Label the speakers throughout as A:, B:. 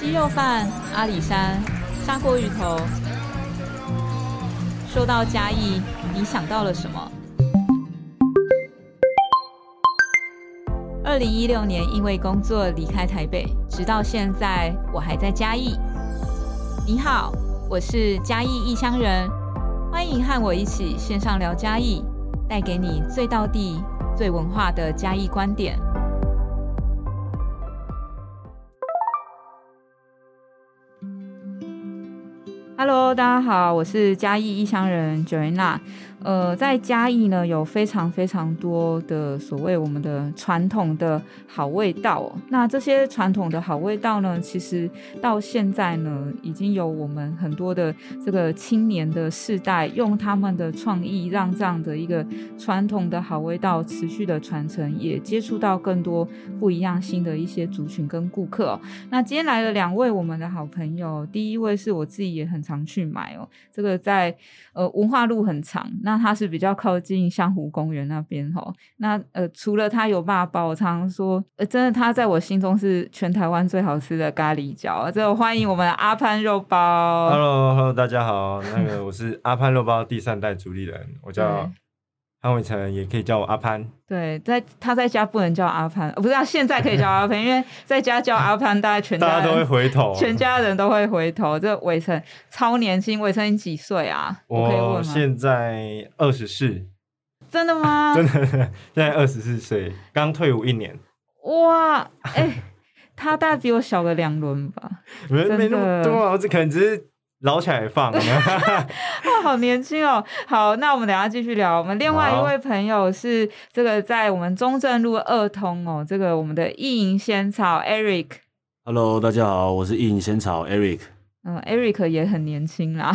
A: 鸡肉饭、阿里山、砂锅鱼头。说到嘉义，你想到了什么？二零一六年因为工作离开台北，直到现在我还在嘉义。你好，我是嘉义异乡人，欢迎和我一起线上聊嘉义，带给你最道地、最文化的嘉义观点。Hello，大家好，我是嘉义异乡人 Joanna。呃，在嘉义呢，有非常非常多的所谓我们的传统的好味道哦。那这些传统的好味道呢，其实到现在呢，已经有我们很多的这个青年的世代，用他们的创意，让这样的一个传统的好味道持续的传承，也接触到更多不一样新的一些族群跟顾客、哦。那今天来了两位我们的好朋友，第一位是我自己也很常去买哦，这个在呃文化路很长，那它是比较靠近湘湖公园那边哦。那呃除了它有霸包，我常常说，呃真的它在我心中是全台湾最好吃的咖喱饺。啊这个欢迎我们的阿潘肉包
B: Hello，Hello，大 家好，那个我是阿潘肉包第三代主理人，我叫
A: 对
B: 潘伟成，也可以叫我阿潘。
A: 对，在他在家不能叫阿潘，呃不是、啊、现在可以叫阿潘，因为在家叫阿潘，大家全家
B: 大家都会
A: 人
B: 回头。啊
A: 全家人都会回头。这伟成超年轻，伟成你几岁啊？我可以
B: 我
A: 问吗？
B: 现在二十四，
A: 真的吗？
B: 真的， 现在二十四岁，刚退伍一年，
A: 哇，哎、他大概比我小个两轮吧，
B: 没
A: 真的
B: 没那么多啊，我只可能只是捞起 来放。
A: 哇，好年轻哦。好，那我们等一下继续聊。我们另外一
B: 好
A: 位朋友是这个在我们中正路二通哦，这个我们的意淫仙草 Eric。
C: Hello，大家好，我是意影仙草 Eric，
A: 嗯，Eric 也很年轻啦，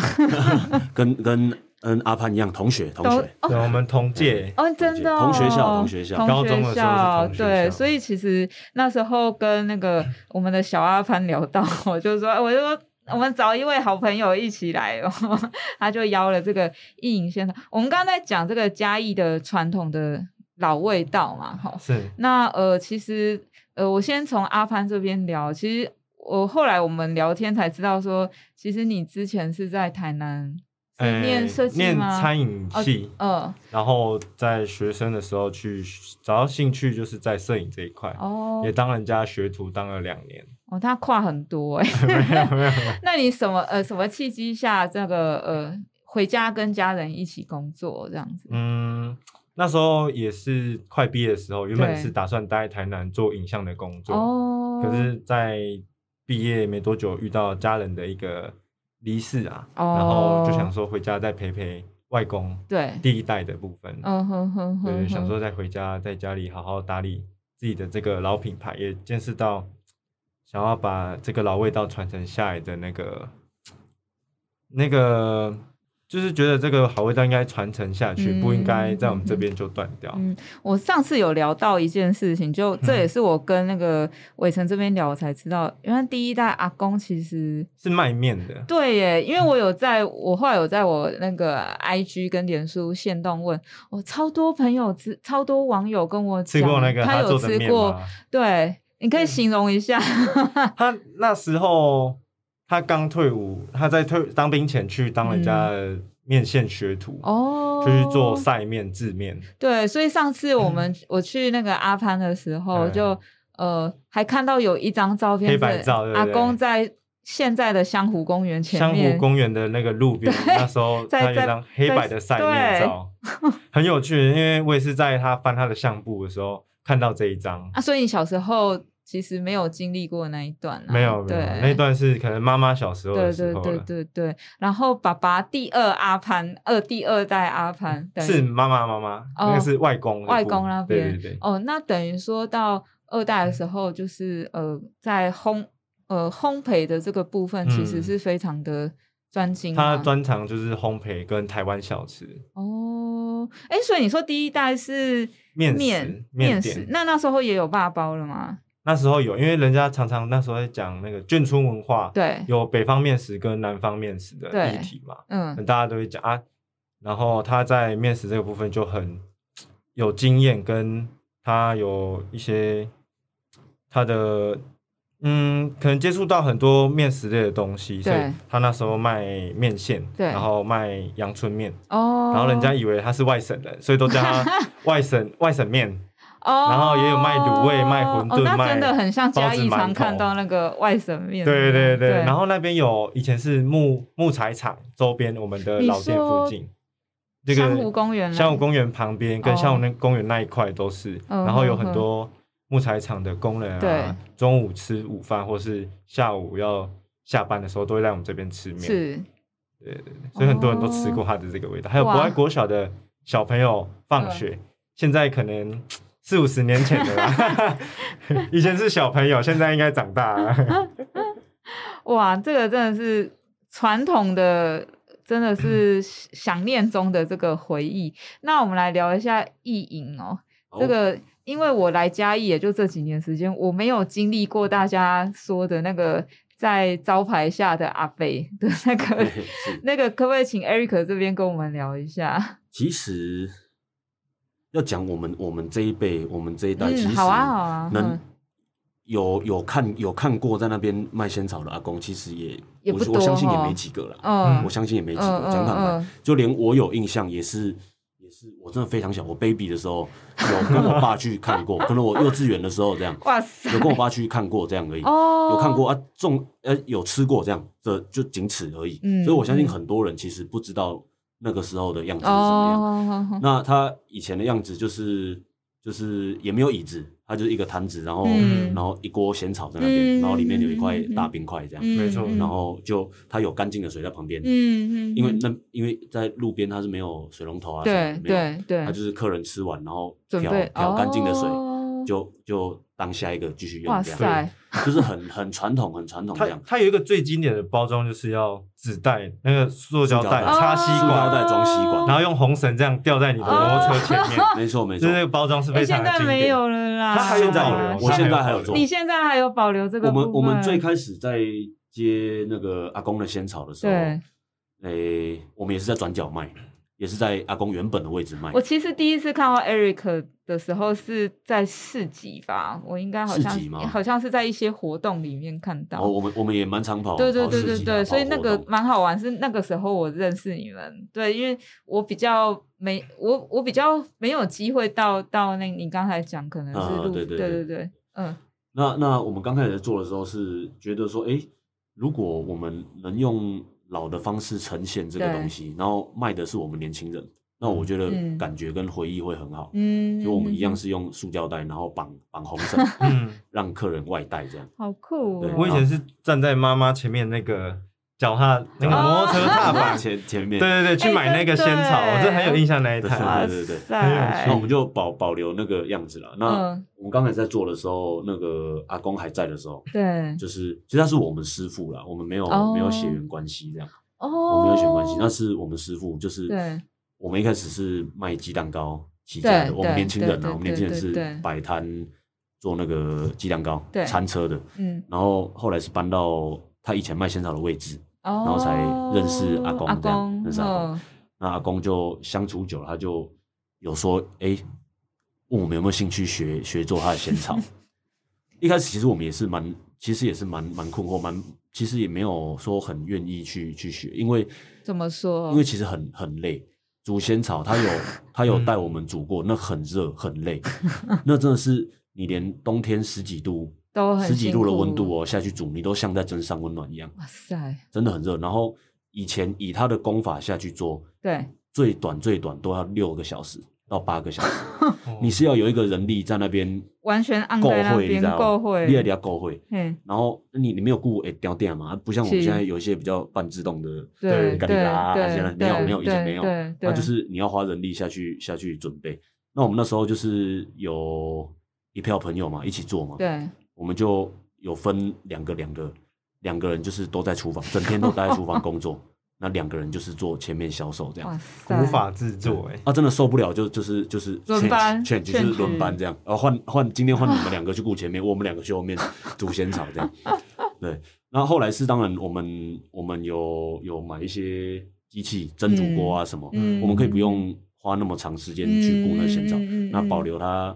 C: 跟跟跟阿潘一样，同学同
A: 都
C: 学，
B: 对，我们同届，
A: 哦，真的、哦，
C: 同学校同学校
A: 同
B: 高中的时候是同学校
A: 对，所以其实那时候跟那个我们的小阿潘聊到，我就说， 我就说。我们找一位好朋友一起来哦， 他就邀了这个意影先生。我们刚刚在讲这个嘉义的传统的老味道嘛，哈，
B: 是
A: 那呃，其实呃，我先从阿潘这边聊。其实我后来我们聊天才知道说，其实你之前是在台南是
B: 呃
A: 念设计
B: 念
A: 吗？
B: 餐饮系，
A: 呃，
B: 然后在学生的时候去找到兴趣，就是在摄影这一块，
A: 哦
B: 也，当人家学徒当了两年。
A: 哦，他跨很多哎、 那你什么呃什么契机下这个呃回家跟家人一起工作这样子？
B: 嗯，那时候也是快毕业的时候，原本
A: 对
B: 是打算待在台南做影像的工作，
A: 哦，
B: 可是，在毕业没多久遇到家人的一个离世啊，然后就想
A: 哦
B: 说回家再陪陪外公
A: 对，
B: 第一代的部分，
A: 嗯哼哼哼
B: 对，
A: 嗯哼，
B: 想说再回家，在家里好好打理自己的这个老品牌，也见识到想要把这个老味道传承下来的那个那个，就是觉得这个好味道应该传承下去，不应该在我们这边就断掉。
A: 嗯我上次有聊到一件事情，就这也
B: 嗯
A: 是我跟那个伟成这边聊，我才知道，原来第一代阿公其实
B: 是卖面的，
A: 对耶，因为我有在我后来有在我那个 IG 跟脸书线动问，我超多朋友知，超多网友跟我
B: 吃
A: 讲，
B: 过那个
A: 他有
B: 做的
A: 吃
B: 面
A: 过，
B: 吗？
A: 对，你可以形容一下，
B: 他那时候他刚退伍，他在退当兵前去当人家的面线学徒，
A: 嗯哦，
B: 就去做晒面、制面。
A: 对，所以上次我们、我去那个阿潘的时候
B: 嗯
A: 就，呃还看到有一张照片，
B: 黑白照对不
A: 阿
B: 对
A: 公在现在的湘湖公园前
B: 香湖
A: 面。
B: 公园的那个路边，那时候
A: 在
B: 他有一
A: 在
B: 张黑白的晒面照，很有趣。因为我也是在他翻他的相簿的时候看到这一张，
A: 啊，所以你小时候其实没有经历过那一段、啊，
B: 没有没
A: 对
B: 有，那一段是可能妈妈小时候
A: 对
B: 的时
A: 对
B: 候
A: 对
B: 了，
A: 对对，然后爸爸第二阿潘，二第二代阿潘，等于
B: 是妈妈妈妈，那
A: 哦
B: 个是外公的
A: 外
B: 部
A: 公那边
B: 对对对，
A: 哦，那等于说到二代的时候，就是呃，在烘呃烘焙的这个部分，其实
B: 嗯
A: 是非常的专精嘛、
B: 他的专长就是烘焙跟台湾小吃
A: 哦，哎，所以你说第一代是
B: 面食
A: 面
B: 面
A: 食
B: 点，。
A: 那那时候也有爸包了吗？
B: 那时候有，因为人家常常那时候在讲那个眷村文化，
A: 对，
B: 有北方面食跟南方面食的
A: 对
B: 议题嘛，
A: 嗯，
B: 大家都会讲啊。然后他在面食这个部分就很有经验，跟他有一些他的嗯，可能接触到很多面食类的东西，所以
A: 对
B: 他那时候卖面线，
A: 对
B: 然后卖阳春面，
A: 哦，
B: 然后人家以为他是外省人，所以都叫 他外省外省面。
A: 哦，
B: 然后也有卖卤味卖馄饨
A: 哦，那
B: 卖
A: 真的很像嘉义
B: 包子
A: 常
B: 馒头
A: 看到那个外省面，
B: 对对对，
A: 对，
B: 然后那边有以前是木木材厂周边，我们的
A: 你
B: 老店附
A: 说
B: 近，这
A: 珊瑚
B: 个
A: 公园，
B: 香湖，公园旁边跟
A: 哦
B: 香湖那公园那一块都是，
A: 嗯
B: 然后有
A: 哼
B: 很
A: 哼
B: 多木材厂的工人
A: 对
B: 啊，中午吃午饭或是下午要下班的时候都会来我们这边吃面，
A: 是哦
B: 所以很多人都吃过它的这个味道。还有
A: 哇嗯
B: 博爱国小的小朋友放学，现在可能四五十年前 的啦，以前是小朋友，现在应该长大了。
A: 哇，这个真的是传统的，真的是想念中的这个回忆。那我们来聊一下意淫哦，
C: 好
A: 这个因为我来嘉义也就这几年时间，我没有经历过大家说的那个在招牌下的阿贝的那
C: 嘿
A: 个
C: 嘿是
A: 那个，可不可以请 Eric 这边跟我们聊一下？
C: 其实要讲我们我们这一辈，我们这一代，其实
A: 嗯，好啊，好啊，
C: 能
A: 嗯，
C: 有有看有看过在那边卖仙草的阿公，其实也
A: 也
C: 我
A: 不
C: 我
A: 多
C: 相信也
A: 哦
C: 没几个啦。
A: 嗯
C: 我相信也没几
A: 嗯
C: 个，
A: 嗯
C: 讲坦白，
A: 嗯
C: 就连我有印象也是。也是，我真的非常小，我 baby 的时候有跟我爸去 看过，可能我幼稚园的时候这样，
A: 哇塞，
C: 有跟我爸去看过这样而已。
A: 哦，
C: 有看过啊，中呃有吃过这样，这就仅此而已。
A: 嗯
C: 所以我相信
A: 嗯
C: 很多人其实不知道那个时候的样子是怎么样。
A: 哦，
C: 那他以前的样子就是就是也没有椅子，他就是一个摊子，然后、
A: 嗯
C: 然后一锅咸草在那边，
A: 嗯
C: 然后里面有一块
A: 嗯嗯
C: 大冰块这样，
A: 嗯
B: 没错
A: 嗯
C: 然后就他有干净的水在旁边，
A: 嗯嗯，
C: 因为
A: 嗯
C: 那因为在路边他是没有水龙头啊，什
A: 对
C: 么的没有，
A: 对对，
C: 他就是客人吃完然后
A: 准
C: 挑
A: 备
C: 挑干净的水。
A: 哦
C: 就就当下一个继续用
A: 哇
C: 这样，
A: 塞，
C: 就是很 很传统，很传统
B: 它
C: 这样。
B: 它有一个最经典的包装，就是要纸袋那个塑胶袋
C: 塑胶
A: 哦
C: 袋
B: 插吸
C: 塑
B: 管
C: 胶，袋装吸管
B: 然后用红绳这样吊在你的摩托车前
A: 哦
B: 面，
C: 没错没
B: 就
C: 错
B: 是，那个包装是
A: 哎
B: 非
A: 现
B: 常的
A: 在
B: 经
A: 没
B: 典。
A: 有了啦，
B: 它还有
C: 现在
B: 保
C: 有
B: 留，
C: 我现在还
B: 保
C: 有
B: 留
C: 做
A: 你现在还有保留这个
C: 我
A: 部分？
C: 们我们最开始在接那个阿公的仙草的时候，
A: 对
C: 诶、我们也是在转角卖，也是在阿公原本的位置卖
A: 我。其实第一次看到 Eric 的时候是在市集吧，我应该好像
C: 市集吗哦
A: 好像是在一些活动里面看到
C: 然后。我们我们也蛮常跑，
A: 对对
C: 跑
A: 对
C: 市
A: 对
C: 集啊
A: 对，所以
C: 跑
A: 那
C: 活
A: 个
C: 动
A: 蛮好玩，是那个时候我认识你们，对，因为我比较没我我比较没有机会到到那，你刚才讲可能是
C: 啊
A: 路，
C: 对对
A: 对
C: 对
A: 对，嗯，
C: 那那我们刚开始在做的时候是觉得说，诶，如果我们能用老的方式呈现这个
A: 对
C: 东西，然后卖的是我们年轻人，那我觉得
A: 嗯
C: 感觉跟回忆会很好。
A: 嗯，
C: 就我们一样是用塑胶袋，然后绑绑 红绳，
B: 嗯，
C: 让客人外带这样。
A: 好酷、哦
C: 对！
B: 我以前是站在妈妈前面那个脚踏那个
A: 哦
B: 摩托车踏板，
C: 前前
B: 对
C: 面
B: 对对，去买那个仙草，
A: 哎
B: 我真的很有印象那一
C: 哇
B: 台。
C: 啊对对对
A: 塞
B: 很有
C: 那我们就啊保保留那个样子了。那
A: 嗯，
C: 我们刚才在做的时候，那个阿公还在的时候，
A: 对，
C: 就是其实他是我们师傅啦，我们没有、
A: 哦
C: 没有血缘关系这样，
A: 哦，
C: 我们没有血缘关系，那是我们师傅，就是
A: 对
C: 我们一开始是卖鸡蛋糕起家
A: 对
C: 的，我们
A: 对
C: 年轻人
A: 对
C: 啊，
A: 对
C: 我们年轻人
A: 对对对
C: 是摆摊做那个鸡蛋糕
A: 对
C: 餐车的，
A: 嗯，
C: 然后后来是搬到他以前卖仙草的位置，
A: 然
C: 后才认识阿公
A: 哦阿
C: 这样
A: 公，
C: 认识阿公
A: 嗯
C: 那阿公就相处久了，他就有说，哎、问我们有没有兴趣学学做他的 仙草。一开始其实我们也是蛮，其实也是蛮蛮困惑，蛮其实也没有说很愿意去去学，因为
A: 怎么说？
C: 因为其实很很累。煮仙草，他有他
A: 嗯
C: 有带我们煮过，那很热很累，那真的是你连冬天十几度、
A: 都很
C: 十几度的温
A: 辛苦
C: 度哦下去煮，你都像在蒸上温暖一样，
A: 哇塞，
C: 真的很热。然后以前以他的功法下去做，
A: 对，
C: 最短最短都要六个小时到八个小时，你是要有一个人力在那边
A: 完全按
C: 够
A: 在那
C: 会，你
A: 边
C: 知道
A: 够
C: 吗？
A: 会，
C: 你也得要够会。
A: 嗯，
C: 然后你你没有顾诶掉电嘛，啊不像我们
A: 是
C: 现在有一些比较半自动的，
A: 对
C: 咖
A: 对
C: 喱
A: 对
C: 啦，现在
A: 对，
C: 没有没有以前没有，
A: 对对，
C: 那啊就是你要花人力下去下去准备。那我们那时候就是有一票朋友嘛，一起做嘛，
A: 对
C: 我们就有分两个两个两个人，就是都在厨房，整天都待在厨房工作。 那两个人就是做前面销售这样
A: 哇，塞，
B: 无法制作哎，
C: 啊，真的受不了，就就是就是
A: 轮
C: change-
A: 班
C: change 就是
A: change
C: 轮班这样，然后换换今天换你们两个去顾前面，我们两个去后面 煮仙草这样。对，然后后来是当然我们我们有有买一些机器蒸煮锅啊什么，
A: 嗯
C: 我们可以不用花那么长时间去顾那仙草，
A: 嗯嗯嗯嗯
C: 那保留它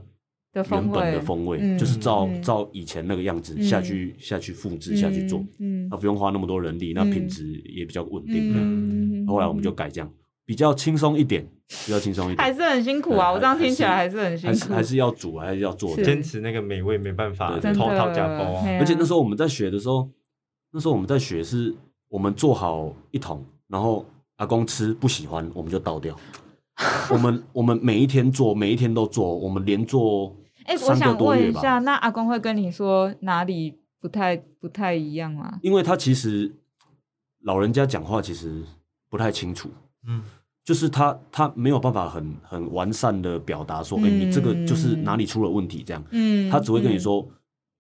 A: 的
C: 原
A: 风
C: 本
A: 味
C: 的风味，
A: 嗯
C: 就是照、
A: 嗯
C: 照以前那个样子
A: 嗯
C: 下去、下去复制下去做，
A: 嗯，
C: 那
A: 嗯
C: 不用花那么多人力，那
A: 嗯
C: 品质也比较稳定。
A: 嗯
C: 后来我们就改这样，比较轻松一点，比较轻松一
A: 还
C: 点，
A: 是很辛苦啊，
C: 还
A: 我这样听起来还是很辛
C: 还是
A: 苦，
C: 还是要煮啊，还是要做
A: 是
C: 的。
B: 坚持那个美味没办法
C: 对
A: 真的
B: 偷套假包啊
A: 嘿，
C: 而且那时候我们在学的时候，那时候我们在学是，我们做好一桶，然后阿公吃不喜欢，我们就倒掉。我们我们每一天做，每一天都做，我们连做
A: 哎、我
C: 三个
A: 想
C: 多
A: 问
C: 月
A: 一
C: 吧。
A: 下，那阿公会跟你说哪里不太不太一样吗？
C: 因为他其实老人家讲话其实不太清楚，
B: 嗯，
C: 就是他他没有办法很很完善的表达说，哎、你这个就是哪里出了问题这样，
A: 嗯，
C: 他只会跟你说、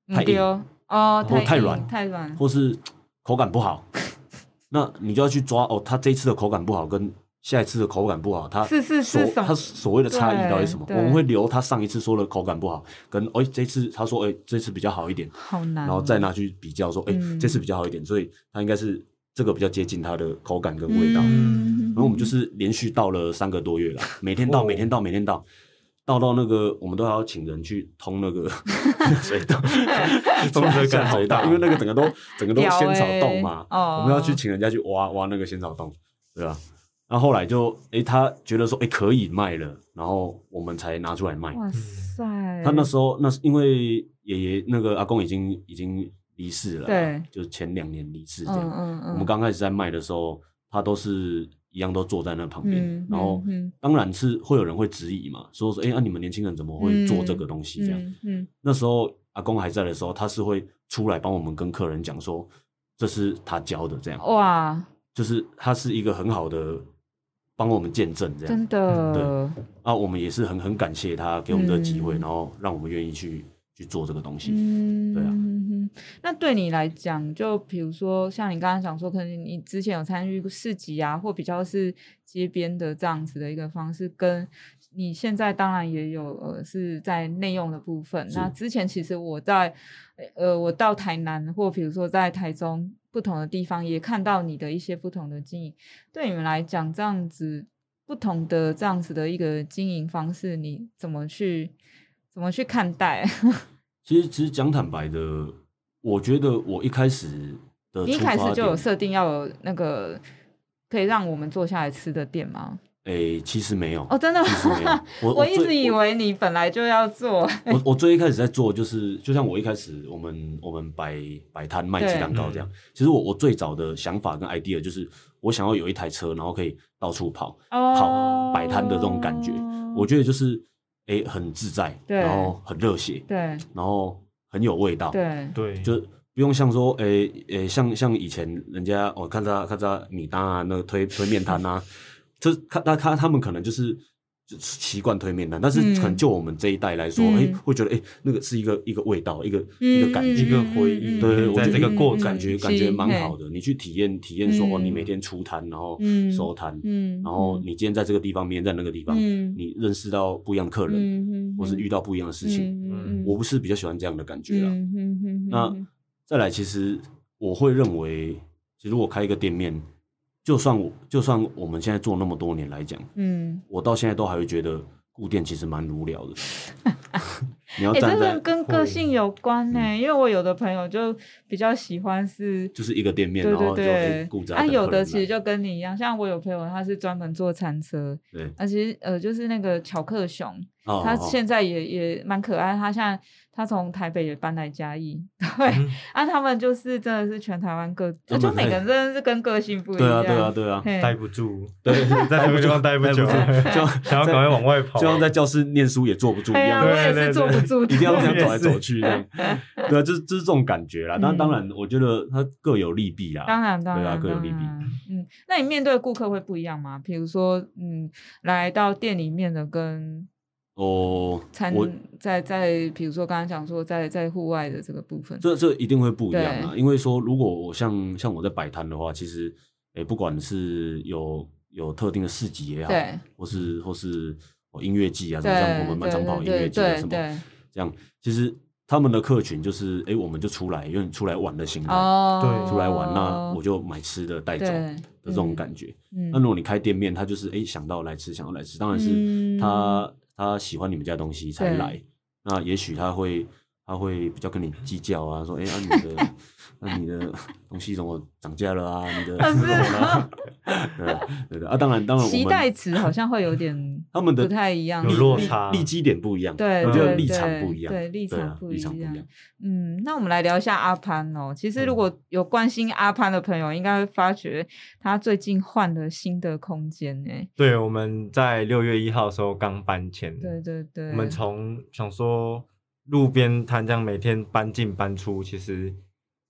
A: 嗯
C: 太
A: 嗯对
C: 硬，
A: 哦哦，
C: 或太
A: 硬
C: 软
A: 太软，
C: 或是口感不好，那你就要去抓哦，他这一次的口感不好跟下一次的口感不好，他
A: 是是
C: 所
A: 是什
C: 他
A: 么？
C: 所谓的差异到底是什么？
A: 对
C: 我
A: 对
C: 们会留他上一次说的口感不好，跟哎、这次他说哎、这次比较好一点，
A: 好难哦、
C: 然后再拿去比较说，哎、
A: 嗯
C: 这次比较好一点，所以它应该是这个比较接近它的口感跟味道。
A: 嗯
C: 然后我们就是连续倒了三个多月了，每天倒，
B: 哦
C: 每天倒，每天倒，倒到那个我们都还要请人去通那个 水道，
B: 风格
C: 下
B: 感好
C: 水道，
B: 大，
C: 因为那个整个都整个都
A: 屌
C: 仙草
A: 欸
C: 洞嘛，
A: 哦
C: 我们要去请人家去挖挖那个仙草洞，对吧、然后后来就，哎，他觉得说，哎，可以卖了，然后我们才拿出来卖。
A: 哇塞，
C: 他那时候那是因为爷爷那个阿公已经已经离世了，
A: 对，
C: 就是前两年离世这样。
A: 嗯嗯嗯，
C: 我们刚开始在卖的时候，他都是一样都坐在那旁边，
A: 嗯
C: 然后
A: 嗯
C: 当然是会有人会质疑嘛，说说哎，那、啊你们年轻人怎么会做这个东西这样？
A: 嗯嗯
C: 那时候阿公还在的时候，他是会出来帮我们跟客人讲说，这是他教的这样
A: 嗯，，哇，
C: 就是他是一个很好的帮我们见证这样。
A: 真的，
C: 啊，我们也是很很感谢他给我们这个机会，
A: 嗯
C: 然后让我们愿意去去做这个东西。
A: 嗯，
C: 对啊
A: 嗯。那对你来讲，就比如说像你刚刚讲说，可能你之前有参与市集啊，或比较是街边的这样子的一个方式，跟你现在当然也有呃是在内用的部分。
C: 是
A: 那之前其实我在呃我到台南或比如说在台中不同的地方，也看到你的一些不同的经营。对你们来讲，这样子不同的这样子的一个经营方式，你怎么去怎么去看待？
C: 其实，其实讲坦白的，我觉得我一开始的
A: 你一
C: 出
A: 开
C: 发
A: 始就有
C: 点，
A: 设定要有那个可以让我们坐下来吃的店吗？
C: 诶、哎其实没有，
A: 哦，真的吗
C: 其实 没有。我
A: 我一直
C: 最
A: 以为你本来就要做，
C: 我我最一开始在做，就是就像我一开始我们我们摆摆摊卖鸡蛋糕这样。其实我我最早的想法跟 idea 就是，我想要有一台车，然后可以到处跑，
A: 哦
C: 跑摆摊的这种感觉。我觉得就是诶、很自在，
A: 对
C: 然后很热血，
A: 对
C: 然后很有味道，，
A: 对，
B: 对，
C: 就不用像说诶诶、像像以前人家哦看他看他米当啊，那个推推面摊啊， 就是看他他他们可能就是。就习惯推面摊，但是
A: 嗯
C: 可能就我们这一代来说，
A: 嗯
C: 诶，会觉得诶，那个是一个一个味道，一个、一
A: 嗯
C: 个感觉，
B: 一个回忆
C: 对对，
B: 嗯
C: 我
B: 在
C: 觉
B: 这
C: 得
B: 个过程
C: 感觉感觉蛮好
A: 的，
C: 的。你去体验体验说，哦，
A: 嗯
C: 你每天出摊，然后
A: 嗯
C: 收摊，
A: 嗯，
C: 然后你今天在这个地方，明天在那个地方，
A: 嗯
C: 你认识到不一样的客人，
A: 嗯
C: 或是遇到不一样的事情，
B: 嗯
C: 我不是比较喜欢这样的感觉啦。啊
A: 嗯嗯嗯，
C: 那再来，其实我会认为，其实我开一个店面，就算我就算我们现在做那么多年来讲，
A: 嗯，
C: 我到现在都还会觉得顾店其实蛮无 聊的。你要
A: 哎，
C: 站
A: 真
C: 在嗯
A: 的跟个性有关呢，因为我有的朋友就比较喜欢是
C: 就是一个店面，
A: 对
C: 然
A: 对
C: 后就哎
A: 对
C: 顾，着要
A: 啊，
C: 等
A: 有
C: 客
A: 的
C: 人
A: 其
C: 来
A: 实就跟你一样，像我有朋友他是专门做餐车，
C: 对
A: 啊，其实呃就是那个巧克熊，
C: 哦，
A: 他
C: 哦
A: 现在也也蛮可爱，他现在他从台北也搬来嘉义， 对，
C: 嗯
A: 啊，他们就是真的是全台湾各，啊
C: 真的
A: 就每个人真的是跟个性不一
C: 对啊
A: 样，
C: 对啊对啊，
A: 嘿
B: 待不住，
C: 对，
B: 在这个地方待不 久，
C: 就
B: 想要赶快往外跑，
C: 就像在教室念书也坐不住一
A: 哎呀，
C: 样啊
A: 我
B: 对。
A: 也是坐不住的，
C: 一定要这样
B: 对
C: 走来走去，这样，对啊，就是就是这种感觉啦。但
A: 嗯
C: 当然，我觉得它各有利弊啦。
A: 当然，当
C: 对啊
A: 然，
C: 各有
A: 当
C: 利弊
A: 然嗯，那你面对的顾客会不一样吗？比如说，嗯，来到店里面的跟
C: 哦，
A: 餐
C: 我
A: 在在，比如说刚刚讲说在在户外的这个部分，
C: 这这一定会不一样啊，
A: 对
C: 因为说如果我像像我在摆摊的话，其实诶、不管是有有特定的市集也好，
A: 对
C: 或是或是哦音乐季啊，什
A: 对
C: 么像我们蛮常跑音乐
A: 对对
C: 季啊
A: 对
C: 什么
A: 对
C: 这样，其实他们的客群就是诶、我们就出来，因为出来玩的心态，
A: 哦，
B: 对
C: 出来玩，那我就买吃的带走的
A: 对
C: 这种感觉。
A: 嗯
C: 那如果你开店面，他就是诶、想到来吃，想要来吃，当然是
A: 嗯
C: 他、他喜欢你们家的东西才
A: 对
C: 来。那也许他会他会比较跟你计较啊，说哎，那、啊、你的那、你的东西怎么涨价了啊？你的 怎么了？对对对啊，当然当然，
A: 期
C: 我
A: 待
C: 们
A: 值好像会有点
C: 他 们的
A: 不太一样，
B: 有落差
C: 立基点不一样，
A: 对，
C: 我觉得
A: 对
C: 立场
A: 对
C: 不一样，
A: 对立
C: 对
A: 场
C: 啊
A: 不
C: 立
A: 一
C: 场不一样嗯
A: 样。。嗯，那我们来聊一下阿潘哦。其实如果有关心阿潘的朋友，应该会发觉他最近换了新的空间欸诶。
B: 对，我们在六月一号的时候刚搬迁，
A: 对对对，
B: 我们从想说路边摊这样每天搬进搬出，其实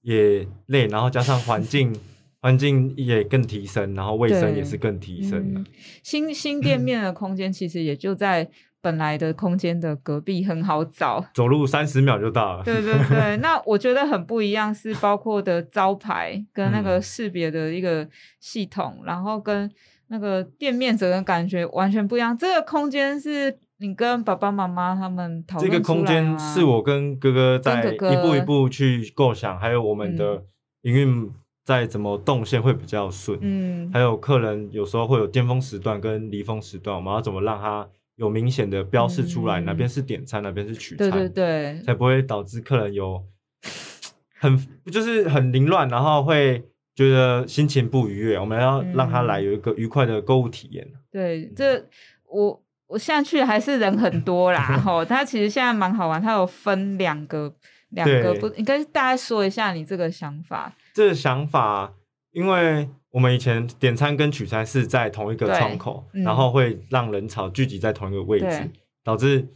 B: 也累，然后加上 环境环境也更提升，然后卫生也是更提升了
A: 嗯。新新店面的空间其实也就在本来的空间的隔壁，很好找。
B: 走路三十秒就到了。
A: 对对对，那我觉得很不一样，是包括的招牌跟那
B: 嗯
A: 个识别的一个系统，然后跟那个店面整个感觉完全不一样。这个空间是你跟爸爸妈妈他们讨
B: 这
A: 论
B: 个
A: 出
B: 空
A: 来吗
B: 间是我跟哥哥在
A: 跟哥哥
B: 一步一步去构想，还有我们的营运在怎么动线会比较顺，
A: 嗯
B: 还有客人有时候会有巅峰时段跟离峰时段，我们要怎么让它有明显的标示出来，
A: 嗯
B: 哪边是点餐，哪边是取餐，
A: 对对对
B: 才不会导致客人有很就是很凌乱，然后会觉得心情不愉悦。我们要让他
A: 嗯
B: 来有一个愉快的购物体验。
A: 对，这我。我现在去还是人很多啦， 吼，它其实现在蛮好玩，它有分两个两个
B: 对
A: 不，你跟大家说一下你这个想法，
B: 这个想法，因为我们以前点餐跟取餐是在同一个
A: 对
B: 窗口，
A: 嗯
B: 然后会让人潮聚集在同一个位置
A: 对，
B: 导致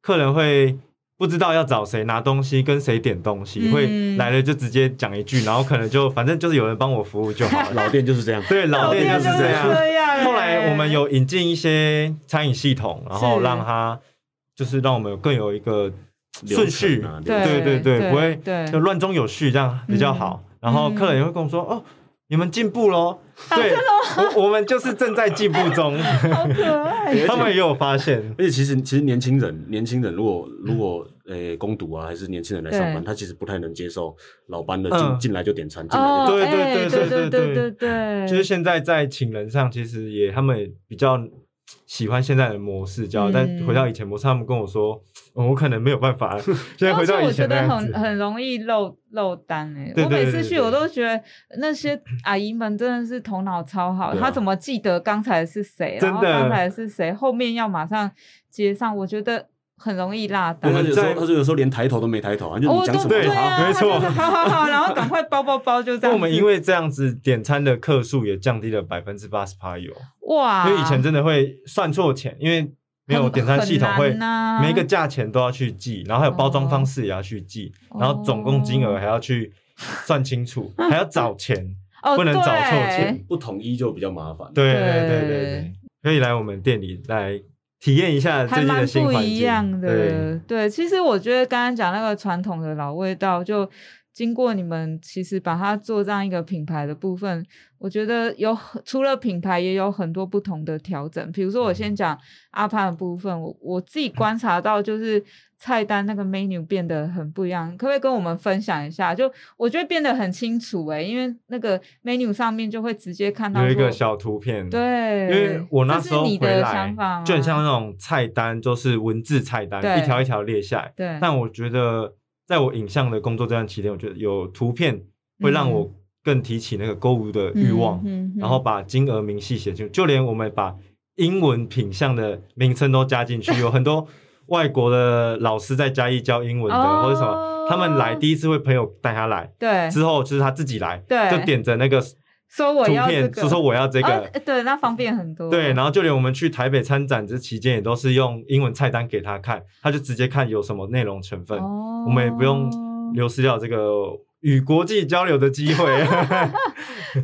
B: 客人会不知道要找谁拿东西，跟谁点东西，
A: 嗯
B: 会来了就直接讲一句，然后可能就反正就是有人帮我服务就好 了。
C: 老店就是这样，
B: 对，老店
A: 哦店
B: 就是这样。
A: 样
B: 后来我们
A: 欸
B: 有引进一些餐饮系统，然后
A: 是
B: 让它就是让我们更有一个顺
C: 流程
B: 序，
C: 啊流
B: 对
A: 对
B: 对
A: 对
B: 不
A: 对嗯
B: 会就乱中有序，这样比较好。然后客人也会跟我说：“哦，你们进步喽。”对，我我们就是正在进步 中，
A: 好可爱。
C: 而且
B: 他们也有发现。
C: 而且其实其实年轻人，年轻人如果如果呃攻读啊，还是年轻人来上班，
A: 嗯对
C: 他其实不太能接受老班的
B: 嗯
C: 进进来就点餐，进来
A: 哦，
C: 就
B: 对
A: 哎
B: 对
A: 对
B: 对
A: 对
B: 对
A: 对
B: 对
A: 对
B: 对
A: 对，
B: 就是现在在请人上，其实也他们也比较喜欢现在的模式教，但
A: 嗯
B: 回到以前模式，他们跟我说，哦我可能没有办法。现在
A: 而
B: 回
A: 且
B: 到
A: 我
B: 以
A: 觉
B: 前那
A: 得
B: 样子
A: 很，很容易漏漏单哎、
B: 对
A: 我
B: 对
A: 每
B: 对
A: 次
B: 对
A: 去
B: 对
A: 我都觉得那些阿姨们真的是头脑超好，
C: 对啊
A: 她怎么记得刚才是谁，然后
B: 真的
A: 刚才是谁，后面要马上接上，我觉得很容易落单
C: 对。他有时候
B: 在
C: 他就有时候连抬头都没抬头啊，就
A: 哦
C: 你讲
A: 都
C: 什么
A: 对
C: 就好
A: 啊，她
B: 没错
A: 就是好好好，然后赶快包包包就这样
B: 那
A: 子。
B: 我 们因为这样子点餐的客数也降低了百分之八十趴有，因
A: 哇，
B: 为以前真的会算错钱，因为没有点餐系统会
A: 很难啊
B: 每一个价钱都要去记，然后还有包装方式也要去记，
A: 哦
B: 然后总共金额还要去算清楚，还要找钱，
A: 哦
B: 不能找错
A: 对
B: 钱
C: 不统一就比较麻烦。
B: 对
A: 对
B: 对对对对，可以来我们店里来体验一
A: 还
B: 下最近
A: 蛮
B: 的新
A: 不
B: 环
A: 一样
B: 境，对，
A: 的。对，其实我觉得刚刚讲那个传统的老味道，就经过你们其实把它做这样一个品牌的部分，我觉得有很除了品牌，也有很多不同的调整。比如说，我
B: 嗯
A: 先讲阿潘的部分，我我自己观察到就是。菜单那个 menu 变得很不一样，可不可以跟我们分享一下？就我觉得变得很清楚诶、因为那个 menu 上面就会直接看到
B: 有一
A: 说
B: 个小图片，。
A: 对，
B: 因为我那
A: 这是
B: 时候
A: 你
B: 回
A: 的
B: 来
A: 想法吗，
B: 就很像那种菜单，就是文字菜单，
A: 对
B: 一条一条列下来。
A: 对，
B: 但我觉得，在我影像的工作这段期间，我觉得有图片会让我更提起那个购物的欲望，
A: 嗯嗯嗯嗯
B: 然后把金额明细写清楚。就连我们把英文品项的名称都加进去，有很多外国的老师在嘉义教英文的，
A: 哦
B: 或者什么，他们来第一次会朋友带他来，
A: 对，
B: 之后就是他自己来，
A: 对
B: 就点着那个图
A: 说我要这
B: 片，
A: 个，
B: 就说我要这个
A: 哦。对，那方便很多。
B: 对，然后就连我们去台北参展这期间，也都是用英文菜单给他看，他就直接看有什么内容成分，
A: 哦
B: 我们也不用流失掉这个与国际交流的机 会。
A: 哦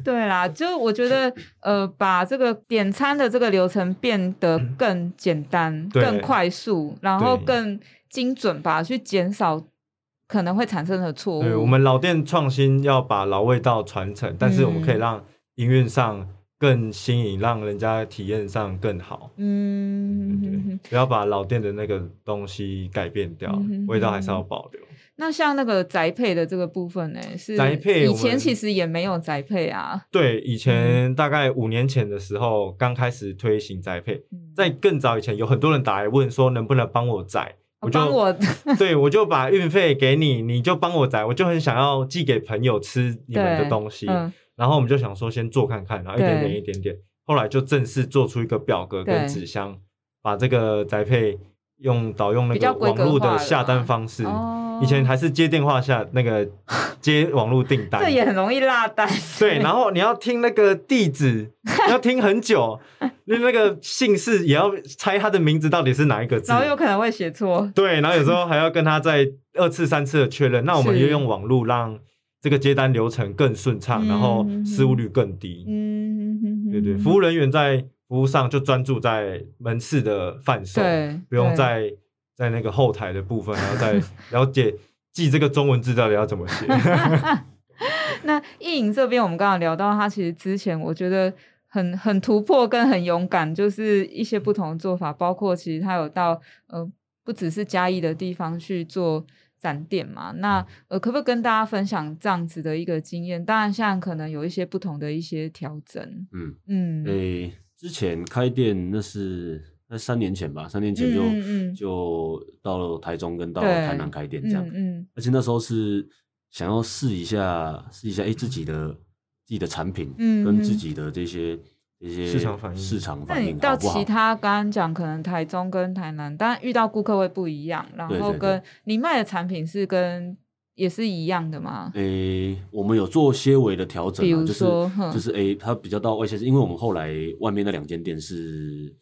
A: 对啦，就我觉得，呃，把这个点餐的这个流程变 得更简单、
B: 对
A: 更快速，然后
B: 对
A: 更精准吧，去减少可能会产生的错误。
B: 对，我们老店创新要把老味道传承，但是我们
A: 嗯
B: 可以让营运上更新颖，让人家体验上更好。对对
A: 嗯，
B: 不要把老店的那个东西改变掉
A: 嗯哼，
B: 味道还是要保留。
A: 那像那个宅配的这个部分呢，是
B: 宅配
A: 以
B: 我们
A: 前其实也没有宅配啊。
B: 对，以前大概五年前的时候，刚开始推行宅配，
A: 嗯
B: 在更早以前，有很多人打来问说能不能帮我载，
A: 我
B: 我
A: 哦帮
B: 就
A: 我
B: 对我就把运费给你，你就帮我载，我就很想要寄给朋友吃你们的
A: 对
B: 东西。
A: 嗯
B: 然后我们就想说先做看看，然啊后一点点
A: 对
B: 一点点，后来就正式做出一个表格
A: 对
B: 跟纸箱，把这个宅配用导用那
A: 比较
B: 个
A: 规
B: 网
A: 格
B: 络
A: 化了
B: 的下单
A: 嘛
B: 方式。
A: 哦
B: 以前还是接电话下那个 接网络订 单，
A: 这也很容易落单，
B: 对， 然后你要听那个地址，你要听很久，那那个姓氏也要猜他的名字到底是哪一个字
A: 然，后有可能会写错，
B: 对，然后有时候还要跟他再二次、三次的确认。那我们
A: 是
B: 就用网络让这个接单流程更顺畅，
A: 嗯
B: 然后失误率更低。
A: 嗯，嗯
B: 对对，服务人员在服务上就专注在门市的贩售，
A: 对，
B: 不用
A: 对
B: 在在那个后台的部分，然后再了解记这个中文字到底要怎么写。
A: 那意影这边，我们刚刚聊到他，其实之前我觉得很很突破跟很勇敢，就是一些不同的做法，包括其实他有到呃不只是嘉义的地方去做展店嘛。那呃，可不可以跟大家分享这样子的一个经验？当然，现在可能有一些不同的一些调整。
C: 嗯，
A: 嗯，
C: 诶、之前开店那是那三年前吧，三年前就、
A: 嗯嗯嗯
C: 就到了台中跟到
A: 对
C: 台南开店这样，
A: 嗯嗯，
C: 而且那时候是想要试一下试一下，诶、自己的自己的产品，
A: 嗯
C: 跟
A: 嗯
C: 自己的这些这些
B: 市场反应
C: 市场
A: 那
C: 反
A: 你
C: 应
A: 到
C: 好不好
A: 其？他刚刚讲，可能台中跟台南，当然遇到顾客会不一样，然
C: 对
A: 后
C: 对对
A: 跟你卖的产品是跟也是一样的吗？
C: 嗯诶、我们有做些微的调整、
A: 比
C: 啊，
A: 如
C: 就是
A: 说哼
C: 就是诶、它比较到外县市，因为我们后来外面那两间店是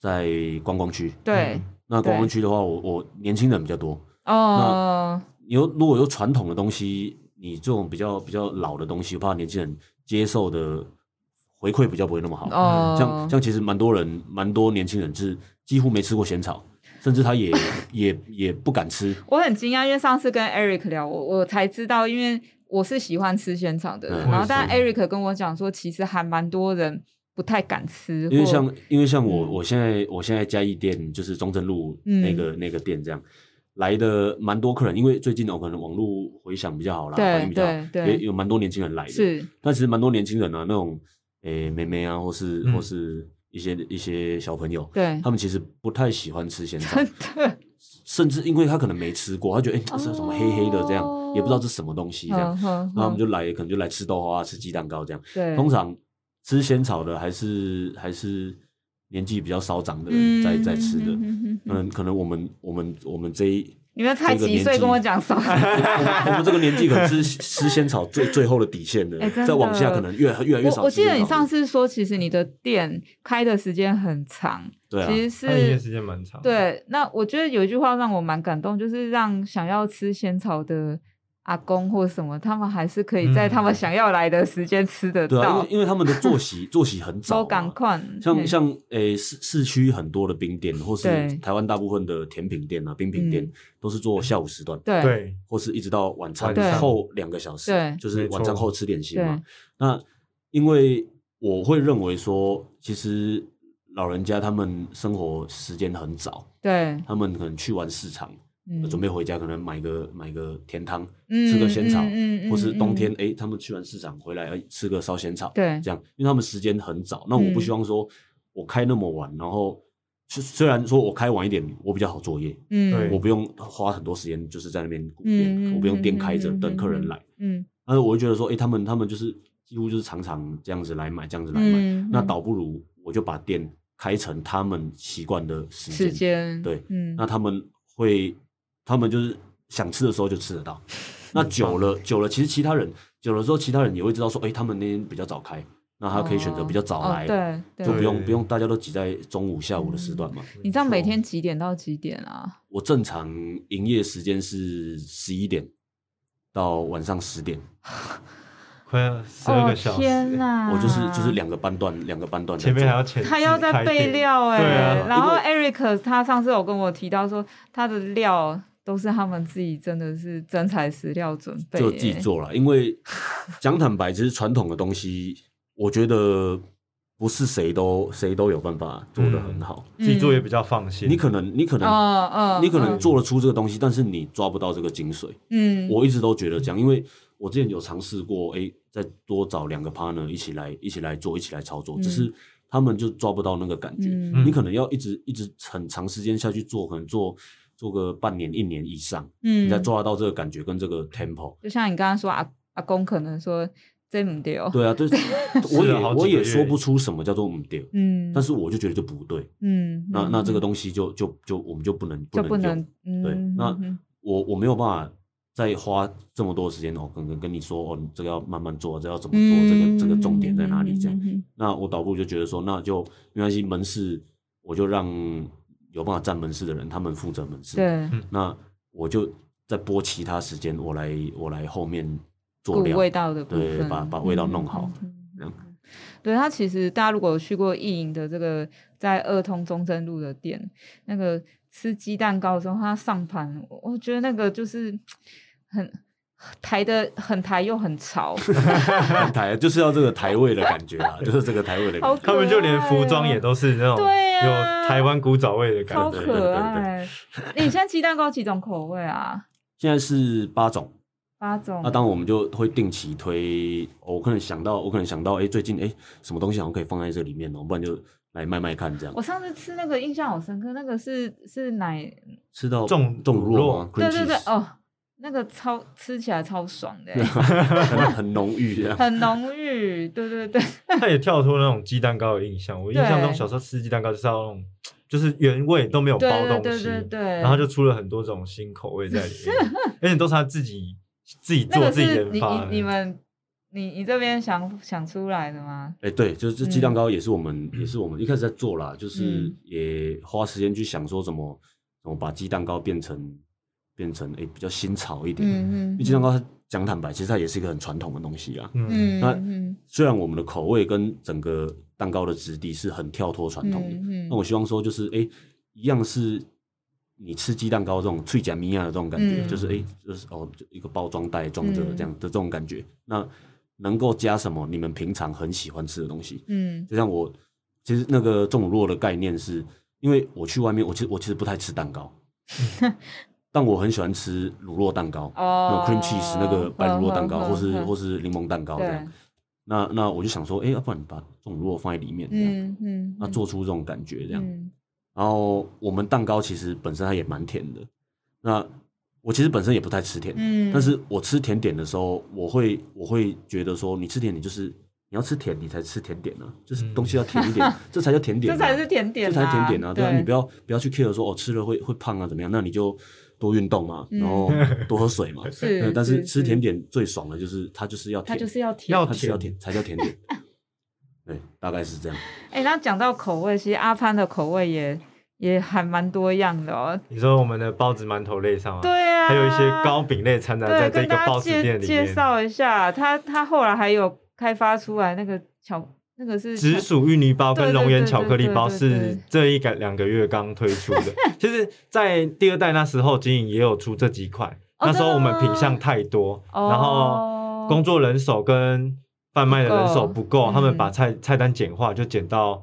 C: 在观光区，
A: 对，
C: 那观光
A: 对
C: 区的话，我我年轻人比较多，
A: 哦，
C: 你有如果有传统的东西，你这种比较比较老的东西，我怕年轻人接受的回馈比较不会那嗯么好。
A: 哦，
C: 像像其实蛮多人，蛮多年轻人是几乎没吃过咸草，甚至他也也也不敢吃。
A: 我很惊讶，因为上次跟 Eric 聊，我我才知道，因为我是喜欢吃仙草的人，
C: 嗯
A: 然后但
B: 我
A: Eric 跟我讲说，其实还蛮多人不太敢吃，
C: 因为
A: 或
C: 像因为像我
A: 嗯
C: 我现在我现在嘉义店就是中正路
A: 嗯
C: 那个、那个店这样来的蛮多客人，因为最近哦可能网络回响比较好啦，反
A: 对
C: 应比较
A: 对
C: 好，也
A: 对，
C: 有蛮多年轻人来的。
A: 是
C: 但其实蛮多年轻人啊，那种诶、妹妹啊，或是、
B: 嗯
C: 或是一些一些小朋友，
A: 对
C: 他，们其实不太喜欢吃咸菜，
A: 真的，
C: 甚至因为他可能没吃过，他觉得哎、这是什么黑黑的这样，
A: 哦
C: 也不知道这是什么东西这样，
A: 嗯哼
C: 那他们
A: 哼
C: 就来可能就来吃豆花、啊吃鸡蛋糕这样。
A: 对，
C: 通常吃仙草的还是还是年纪比较稍长的人
A: 嗯
C: 在、在吃的，
A: 嗯嗯嗯嗯
C: 嗯，可能我们我们我们这一。
A: 你们才
C: 这个
A: 几
C: 年
A: 岁
C: 纪
A: 跟我讲什么？
C: 我们这个年纪可能是吃仙草最最后的底线的
A: 哎真，的
C: 再往下可能越越来越
A: 我
C: 少吃仙草了。
A: 我记得你上次说，其实你的店开的时间很长，
C: 对啊，
A: 其实
B: 它营业
A: 是
B: 时间蛮长。，
A: 对，那我觉得有一句话让我蛮感动，就是让想要吃仙草的阿公或什么，他们还是可以在
B: 嗯
A: 他们想要来的时间吃得
C: 对啊，因
A: 到
C: 为，因为他们的 作息作息很早
A: 都
C: 嘛，
A: 赶快。
C: 像
A: 嘿
C: 像诶、市市区很多的冰店，或是
A: 对
C: 台湾大部分的甜品店啊、冰品店，
A: 嗯
C: 都是做下午时段，
A: 对对
B: 对，
C: 或是一直到晚餐
A: 晚上
C: 后两个小时，
A: 对
C: 就是晚餐后吃点心
A: 对
C: 嘛。那因为我会认为说，其实老人家他们生活时间很早，
A: 对，
C: 他们可能去完市场，
A: 嗯
C: 呃准备回家，可能买个买个甜汤，吃个仙草，
A: 嗯嗯嗯
C: 或是冬天
A: 嗯
C: 哎、诶他们去完市场回来，哎吃个烧仙草，
A: 对嗯
C: 这样，因为他们时间很早。那我不希望说我开那么晚，然后虽虽然说我开晚一点，我比较好作业，
A: 嗯
B: 对
C: 我不用花很多时间就是在那边顾
A: 嗯
C: 店，我不用店
A: 嗯
C: 开着
A: 嗯
C: 等客人来。
A: 嗯
C: 但是我会觉得说，哎、他们他们就是几乎就是常常这样子来买，这样子来买，
A: 嗯
C: 那
A: 嗯
C: 倒不如我就把店开成他们习惯的时
A: 时
C: 间。
A: 间
C: 对
A: 嗯
C: 那他们会，他们就是想吃的时候就吃得到。 那久了久了，其实其他人久了之后，其他人也会知道说，哎、他们那天比较早开，那他可以选择比较早
A: 哦
C: 来，
A: 哦对
C: 就
A: 对
C: 不。用
B: 对
C: 不用大家都挤在中午下午的时段嘛。
A: 你知道每天几点到几点啊？
C: 我正常营业时间是十一点到晚上十点，
B: 快要十二
A: 哦
B: 个小时，
A: 天哪！
C: 我就是
A: 啊
C: 就是两个班段两个班段在
B: 前面
C: 做
B: 还要前置
A: 他要
B: 开
A: 在备
B: 店
A: 料哎、
B: 对啊
A: 然后
C: 因
A: Eric 他上次有跟我提到说，他的料都是他们自己真的是真材实料准备、欸，
C: 就自己做了，因为讲坦白，其实传统的东西，我觉得不是谁都谁都有办法做得很好。
B: 自己做也比较放心。
C: 你可能，你可能，
A: 嗯嗯，
C: 你可能
A: 嗯
C: 做得出这个东西，但是你抓不到这个精髓。
A: 嗯，
C: 我一直都觉得这样，因为我之前有尝试过，哎、再多找两个 partner 一起来一起来做，一起来操作，
A: 嗯
C: 只是他们就抓不到那个感觉。
A: 嗯
C: 你可能要一直一直很长时间下去做，可能做做个半年、一年以上，
A: 嗯
C: 你才抓得到这个感觉跟这个 tempo。
A: 就像你刚刚说阿阿公可能说这唔对哦，
C: 对啊， 就是我
B: 试
C: 也
B: 了好几
C: 我
B: 个
C: 也
B: 月
C: 说不出什么叫做唔对，
A: 嗯，
C: 但是我就觉得就不对。
A: 嗯，
C: 那
A: 嗯
C: 那这个
A: 嗯
C: 东西就就就我们就不能不
A: 就不
C: 能用
A: 能。，嗯
C: 对
A: 嗯
C: 那
A: 嗯
C: 我我没有办法再花这么多时间哦，跟跟跟你说哦，你这个要慢慢做，这要怎么做，这个这个重点在哪里？这
A: 嗯
C: 样，
A: 嗯嗯嗯嗯
C: 那我导部就觉得说，那就没关系，门市我就让有办法站门市的人，他们负责门市。，
A: 对，
C: 那我就再拨其他时间，我来我来后面
A: 顾
C: 做料。
A: 味道的部
C: 对
A: 分，
C: 把把味道弄好
A: 嗯。嗯嗯
C: 这样
A: 嗯对，它其实大家如果有去过意营的这个在二通中正路的店，那个吃鸡蛋糕的时候，它上盘，我我觉得那个就是很抬的很抬又很潮，
C: 很 台 就是要这个台位的感觉啊，就是这个台位的
A: 好
C: 感觉。
B: 他们就连服装也都是那种
A: 对啊
B: 有台湾古早味的
A: 超
B: 感觉。
C: 对对
A: 可
C: 对对
A: 爱。你现在鸡蛋糕几种口味啊？
C: 现在是八种，
A: 八种。
C: 啊那当然我们就会定期推。我可能想到，我可能想到，哎、最近哎、诶什么东西好像可以放在这里面哦，不然就来卖卖看这样
A: 我。上次吃那个印象好深刻，那个是是奶，
C: 吃到
B: 重
C: 重
B: 乳
C: 弱吗？
A: 对对对
C: cream cheese
A: 哦，那个超吃起来超爽 的欸，
C: 很很浓郁 这样。
A: 很浓郁，对对 对。
B: 他也跳脱那种鸡蛋糕的印象。我印象中
A: 对
B: 小时候吃鸡蛋糕就是要那种，就是原味都没有
A: 对
B: 包东西，
A: 对对对对，
B: 然后就出了很多种新口味在里 面，而且都是他自己自己
A: 那
B: 做
A: 个
B: 自己
A: 是
B: 研
A: 你
B: 发的。
A: 你你们你你这边想想出来的吗？
C: 哎、对，就是这鸡蛋糕也是我们、也是我们一开始在做啦，就是
A: 嗯
C: 也花时间去想说怎么怎么把鸡蛋糕变成变成哎、比较新潮一点。
A: 嗯
C: 因为鸡蛋糕它讲坦白，其实它也是一个很传统的东西啊。
B: 嗯，
A: 嗯
C: 那
A: 嗯
C: 虽然我们的口味跟整个蛋糕的质地是很跳脱传统的，
A: 嗯
C: 那我希望说就是哎、一样是你吃鸡蛋糕这种脆夹米亚的这种感觉，
A: 嗯
C: 就是哎、就是哦，就一个包装袋装着
A: 嗯
C: 这样的这种感觉。那能够加什么你们平常很喜欢吃的东西？
A: 嗯
C: 就像我，其实那个重乳酪的概念是，因为我去外面，我其实我其实不太吃蛋糕， 但我很喜欢吃乳酪蛋糕，那
A: 嗯哦嗯
C: 种 cream cheese 那个白乳酪蛋糕，
A: 呵
C: 或是
A: 呵呵
C: 或是柠檬蛋糕这
A: 对
C: 样。那那我就想说，哎、要不然你把重乳酪放在里面，这样，
A: 嗯嗯，
C: 那做出这种感觉这
A: 这
C: 样。
A: 嗯
C: 然后我们蛋糕其实本身它也蛮甜的，那我其实本身也不太吃甜，
A: 嗯
C: 但是我吃甜点的时候，我会我会觉得说，你吃甜点就是你要吃甜，你才吃甜点啊，就是
B: 嗯
C: 东西要甜一点，这才叫甜 点、
A: 这
C: 啊，
A: 才是甜点
C: 这
A: 啊，
C: 才甜点啊，对啊，你不
A: 要
C: 要不要去 care 说哦吃了会会胖啊怎么样，那你就多运动嘛，
A: 嗯
C: 然后多喝水嘛，
A: 是
C: 呃对，但
A: 是
C: 是吃甜点最爽的就是它就是要
A: 它
C: 甜，
A: 就是要哦甜
B: 要
C: 它就是要
B: 甜
C: 甜才叫甜点，对，大概是这样，
A: 哎、那讲到口味，其实阿潘的口味也也还蛮多样的哦。
B: 你说我们的包子、馒头类上啊，
A: 对啊，
B: 还有一些糕饼类掺杂
A: 对，
B: 在这
A: 跟
B: 个
A: 大家
B: 包子店
A: 介
B: 里
A: 介
B: 面，
A: 绍一下，他他后来还有开发出来那个巧，那个是
B: 紫
A: 巧
B: 薯芋泥包
A: 对对
B: 跟龙
A: 对
B: 岩
A: 对
B: 巧克力
A: 对
B: 包
A: 对
B: 是
A: 对
B: 这一个两个月刚推出 的。其实，在第二代那时候，经营也有出这几款。
A: 哦
B: 那时候我
A: 真的
B: 们
A: 吗
B: 品相太多，然
A: 哦
B: 后工作人手跟贩卖的人手
A: 不
B: 不
A: 够
B: 够，他们
A: 嗯
B: 把菜菜单简化，就简到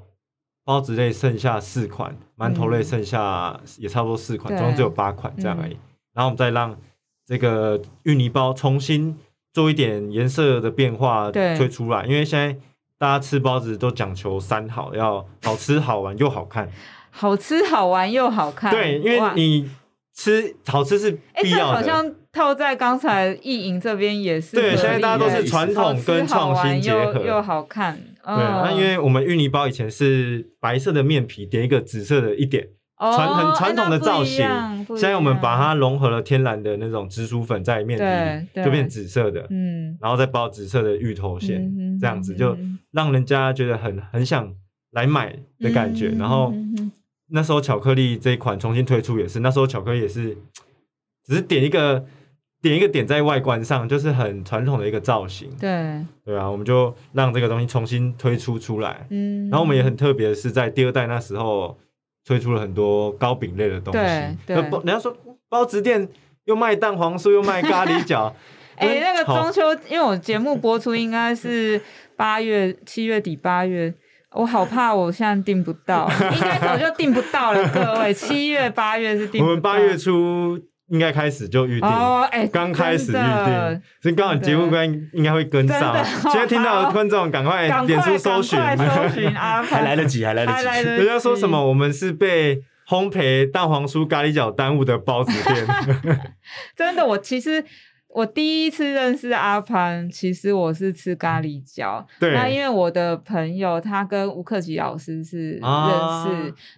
B: 包子类剩下四款，馒头类
A: 嗯
B: 剩下也差不多四款，
A: 对
B: 总共只有八款这样而已
A: 嗯。
B: 然后我们再让这个芋泥包重新做一点颜色的变化
A: 对
B: 推出来，因为现在大家吃包子都讲求三好，要好吃、好玩又好看。
A: 好吃、好玩又好看。
B: 对，因为
A: 哇
B: 你吃好吃是
A: 哎、
B: 必
A: 这
B: 要
A: 好
B: 的。
A: 像套在刚才意淫这边也是合理
B: 对
A: 耶。
B: 现在大家都是传统
A: 好吃
B: 跟创新结合
A: 好玩又又好看。
B: 对，
A: 对
B: 那因为我们芋泥包以前是白色的面皮点一个紫色的一点，传很传统的造型。现在我们把它融合了天然的那种紫薯粉在面
A: 对
B: 皮
A: 对
B: 里，就变紫色的，
A: 嗯
B: 然后再包紫色的芋头馅，
A: 嗯哼
B: 这样子
A: 嗯
B: 就
A: 哼
B: 让人家觉得很很想来买的感觉。
A: 嗯
B: 然后
A: 嗯哼
B: 那时候巧克力这一款重新推出也是，那时候巧克力也是只是点一个点一个点在外观上，就是很传统的一个造型，
A: 对，
B: 对啊，我们就让这个东西重新推出出来。
A: 嗯，
B: 然后我们也很特别，是在第二代那时候推出了很多糕饼类的东西。
A: 对对。
B: 那包人家说包子店又卖蛋黄酥，又卖咖喱角
A: 哎、
B: 嗯
A: 那个
B: 好
A: 中秋，因为我节目播出应该是八月、七月底、八月，我好怕我现在订不 到，应该早就订不到了，各位，七月、八月是订不到。
B: 我们八月初应该开始就预定，
A: 哦，哎、
B: 刚开始预
A: 真的
B: 定，所以刚好节目官应该会跟
A: 真
B: 上
A: 的。
B: 现在听到
A: 好
B: 的观众赶快
A: 赶快
B: 哎脸书搜寻，
A: 赶快搜寻阿
C: 还来
A: 潘，
C: 得及，还来得
A: 还来
C: 及。
A: 得及
B: 人家说什么？我们是被烘焙蛋黄酥咖喱饺耽误的包子 店。
A: 真的，我其实我第一次认识阿潘，其实我是吃咖喱饺。
B: 对
A: 那因为我的朋友他跟吴克吉老师是认识，
B: 啊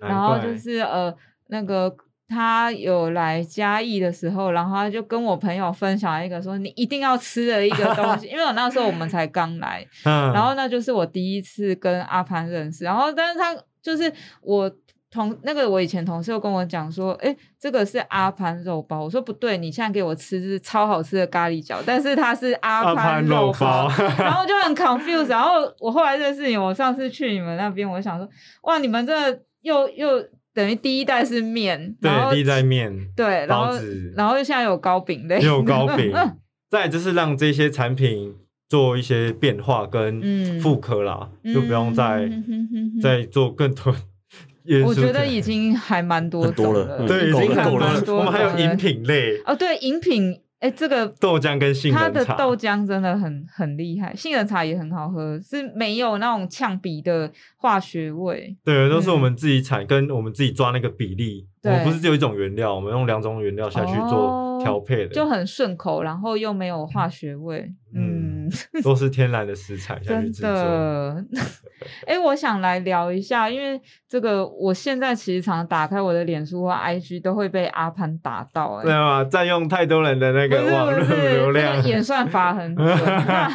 A: 然后
B: 难怪
A: 就是呃那个。他有来嘉义的时候，然后他就跟我朋友分享一个说你一定要吃的一个东西，因为我那时候我们才刚来，
B: 嗯，
A: 然后那就是我第一次跟阿潘认识，然后但是他就是我同那个我以前同事又跟我讲说，哎，这个是阿潘肉包，我说不对，你现在给我吃是超好吃的咖喱饺，但是它是阿
B: 阿潘
A: 潘肉
B: 肉
A: 包
B: 包，
A: 然后就很 confused。然后我后来认识你，我上次去你们那边，我想说，哇，你们这又又等于第一代是面，然后
B: 对，立在面，
A: 对，然后
B: 包子
A: 然后现在有糕饼类，
B: 也有糕饼， 再来就是让这些产品做一些变化跟
A: 嗯
B: 复刻啦，就不用再
A: 嗯哼哼哼哼
B: 再做更多 元素可
A: 我
B: 能。
A: 觉得已经还蛮多
C: 很多
A: 种
C: 了嗯
B: 对，已
C: 够
B: 经
C: 了
B: 很
C: 够了
A: 蛮
B: 多
A: 多
B: 了。我们还有
A: 种
B: 饮
A: 了
B: 品类，
A: 哦，对，饮品，哎，这个
B: 豆浆跟杏
A: 它
B: 仁
A: 的
B: 茶。
A: 豆浆真的很很厉害，杏仁茶也很好喝，是没有那种呛鼻的化学味。
B: 对，都是我
A: 嗯
B: 们自己产，跟我们自己抓那个比例。我们
A: 对
B: 不是只有一种原料，我们用两种原料下去
A: 哦
B: 做调配的，
A: 就很顺口，然后又没有化学味，嗯
B: 嗯，都是天然的食材下去
A: 真
B: 制作。
A: 的。 哎，我想来聊一下，因为这个我现在其实常打开我的脸书或 IG 都会被阿潘打到、
B: 对
A: 哎，
B: 啊，占用太多人的那
A: 不
B: 个
A: 是
B: 网
A: 不
B: 络
A: 是，
B: 流
A: 那
B: 量
A: 个。演算法很 准。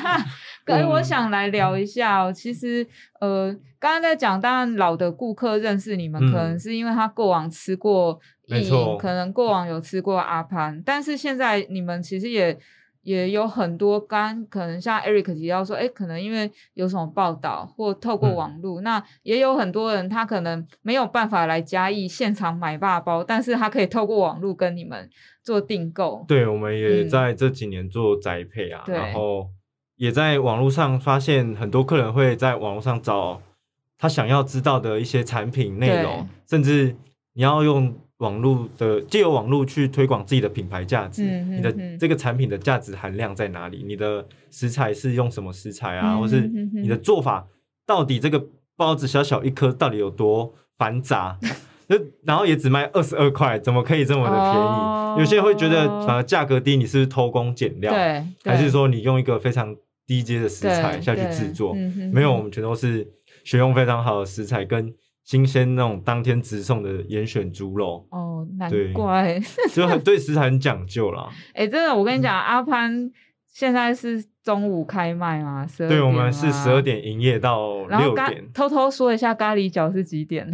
A: 可是我
B: 嗯
A: 想来聊一下、哦，其实呃，刚刚在讲，当然老的顾客认识你们，可能
B: 嗯
A: 是因为他过往吃过意
B: 没
A: 饮，
B: 错
A: 可能过往有吃过阿潘，但是现在你们其实也。也有很多刚可能像 Eric 提到说，哎，可能因为有什么报道或透过
B: 嗯
A: 网络，那也有很多人他可能没有办法来嘉义现场买霸包，但是他可以透过网络跟你们做订购。
B: 对，我们也
A: 嗯
B: 在这几年做宅配啊，
A: 对
B: 然后也在网络上发现很多客人会在网络上找他想要知道的一些产品内容，甚至你要用网络的借由网络去推广自己的品牌价值，
A: 嗯
B: 你的
A: 嗯嗯
B: 这个产品的价值含量在哪里？你的食材是用什么食材啊，
A: 嗯
B: 或是
A: 嗯嗯嗯
B: 你的做法到底这个包子小小一颗到底有多繁杂？ 就然后也只卖二十二块，怎么可以这么的便宜？
A: 哦
B: 有些人会觉得反而价格低，你是不是偷工减料，
A: 对，
B: 还是
A: 对
B: 说你用一个非常低阶的食材
A: 对
B: 下去
A: 对
B: 制作？
A: 嗯哼
B: 没有，
A: 哼，
B: 我们全都是选用非常好的食材跟新鲜那种当天直送的严选猪肉
A: 哦，难
B: 对
A: 怪，
B: 就很对食材很讲究啦。
A: 哎、真的，我跟你
B: 嗯
A: 讲，阿潘现在是中午开卖嘛，十二
B: 对，我们是十二。点营业到
A: 然后
B: 六
A: 咖
B: 点，
A: 偷偷说一下，咖喱饺是几 点？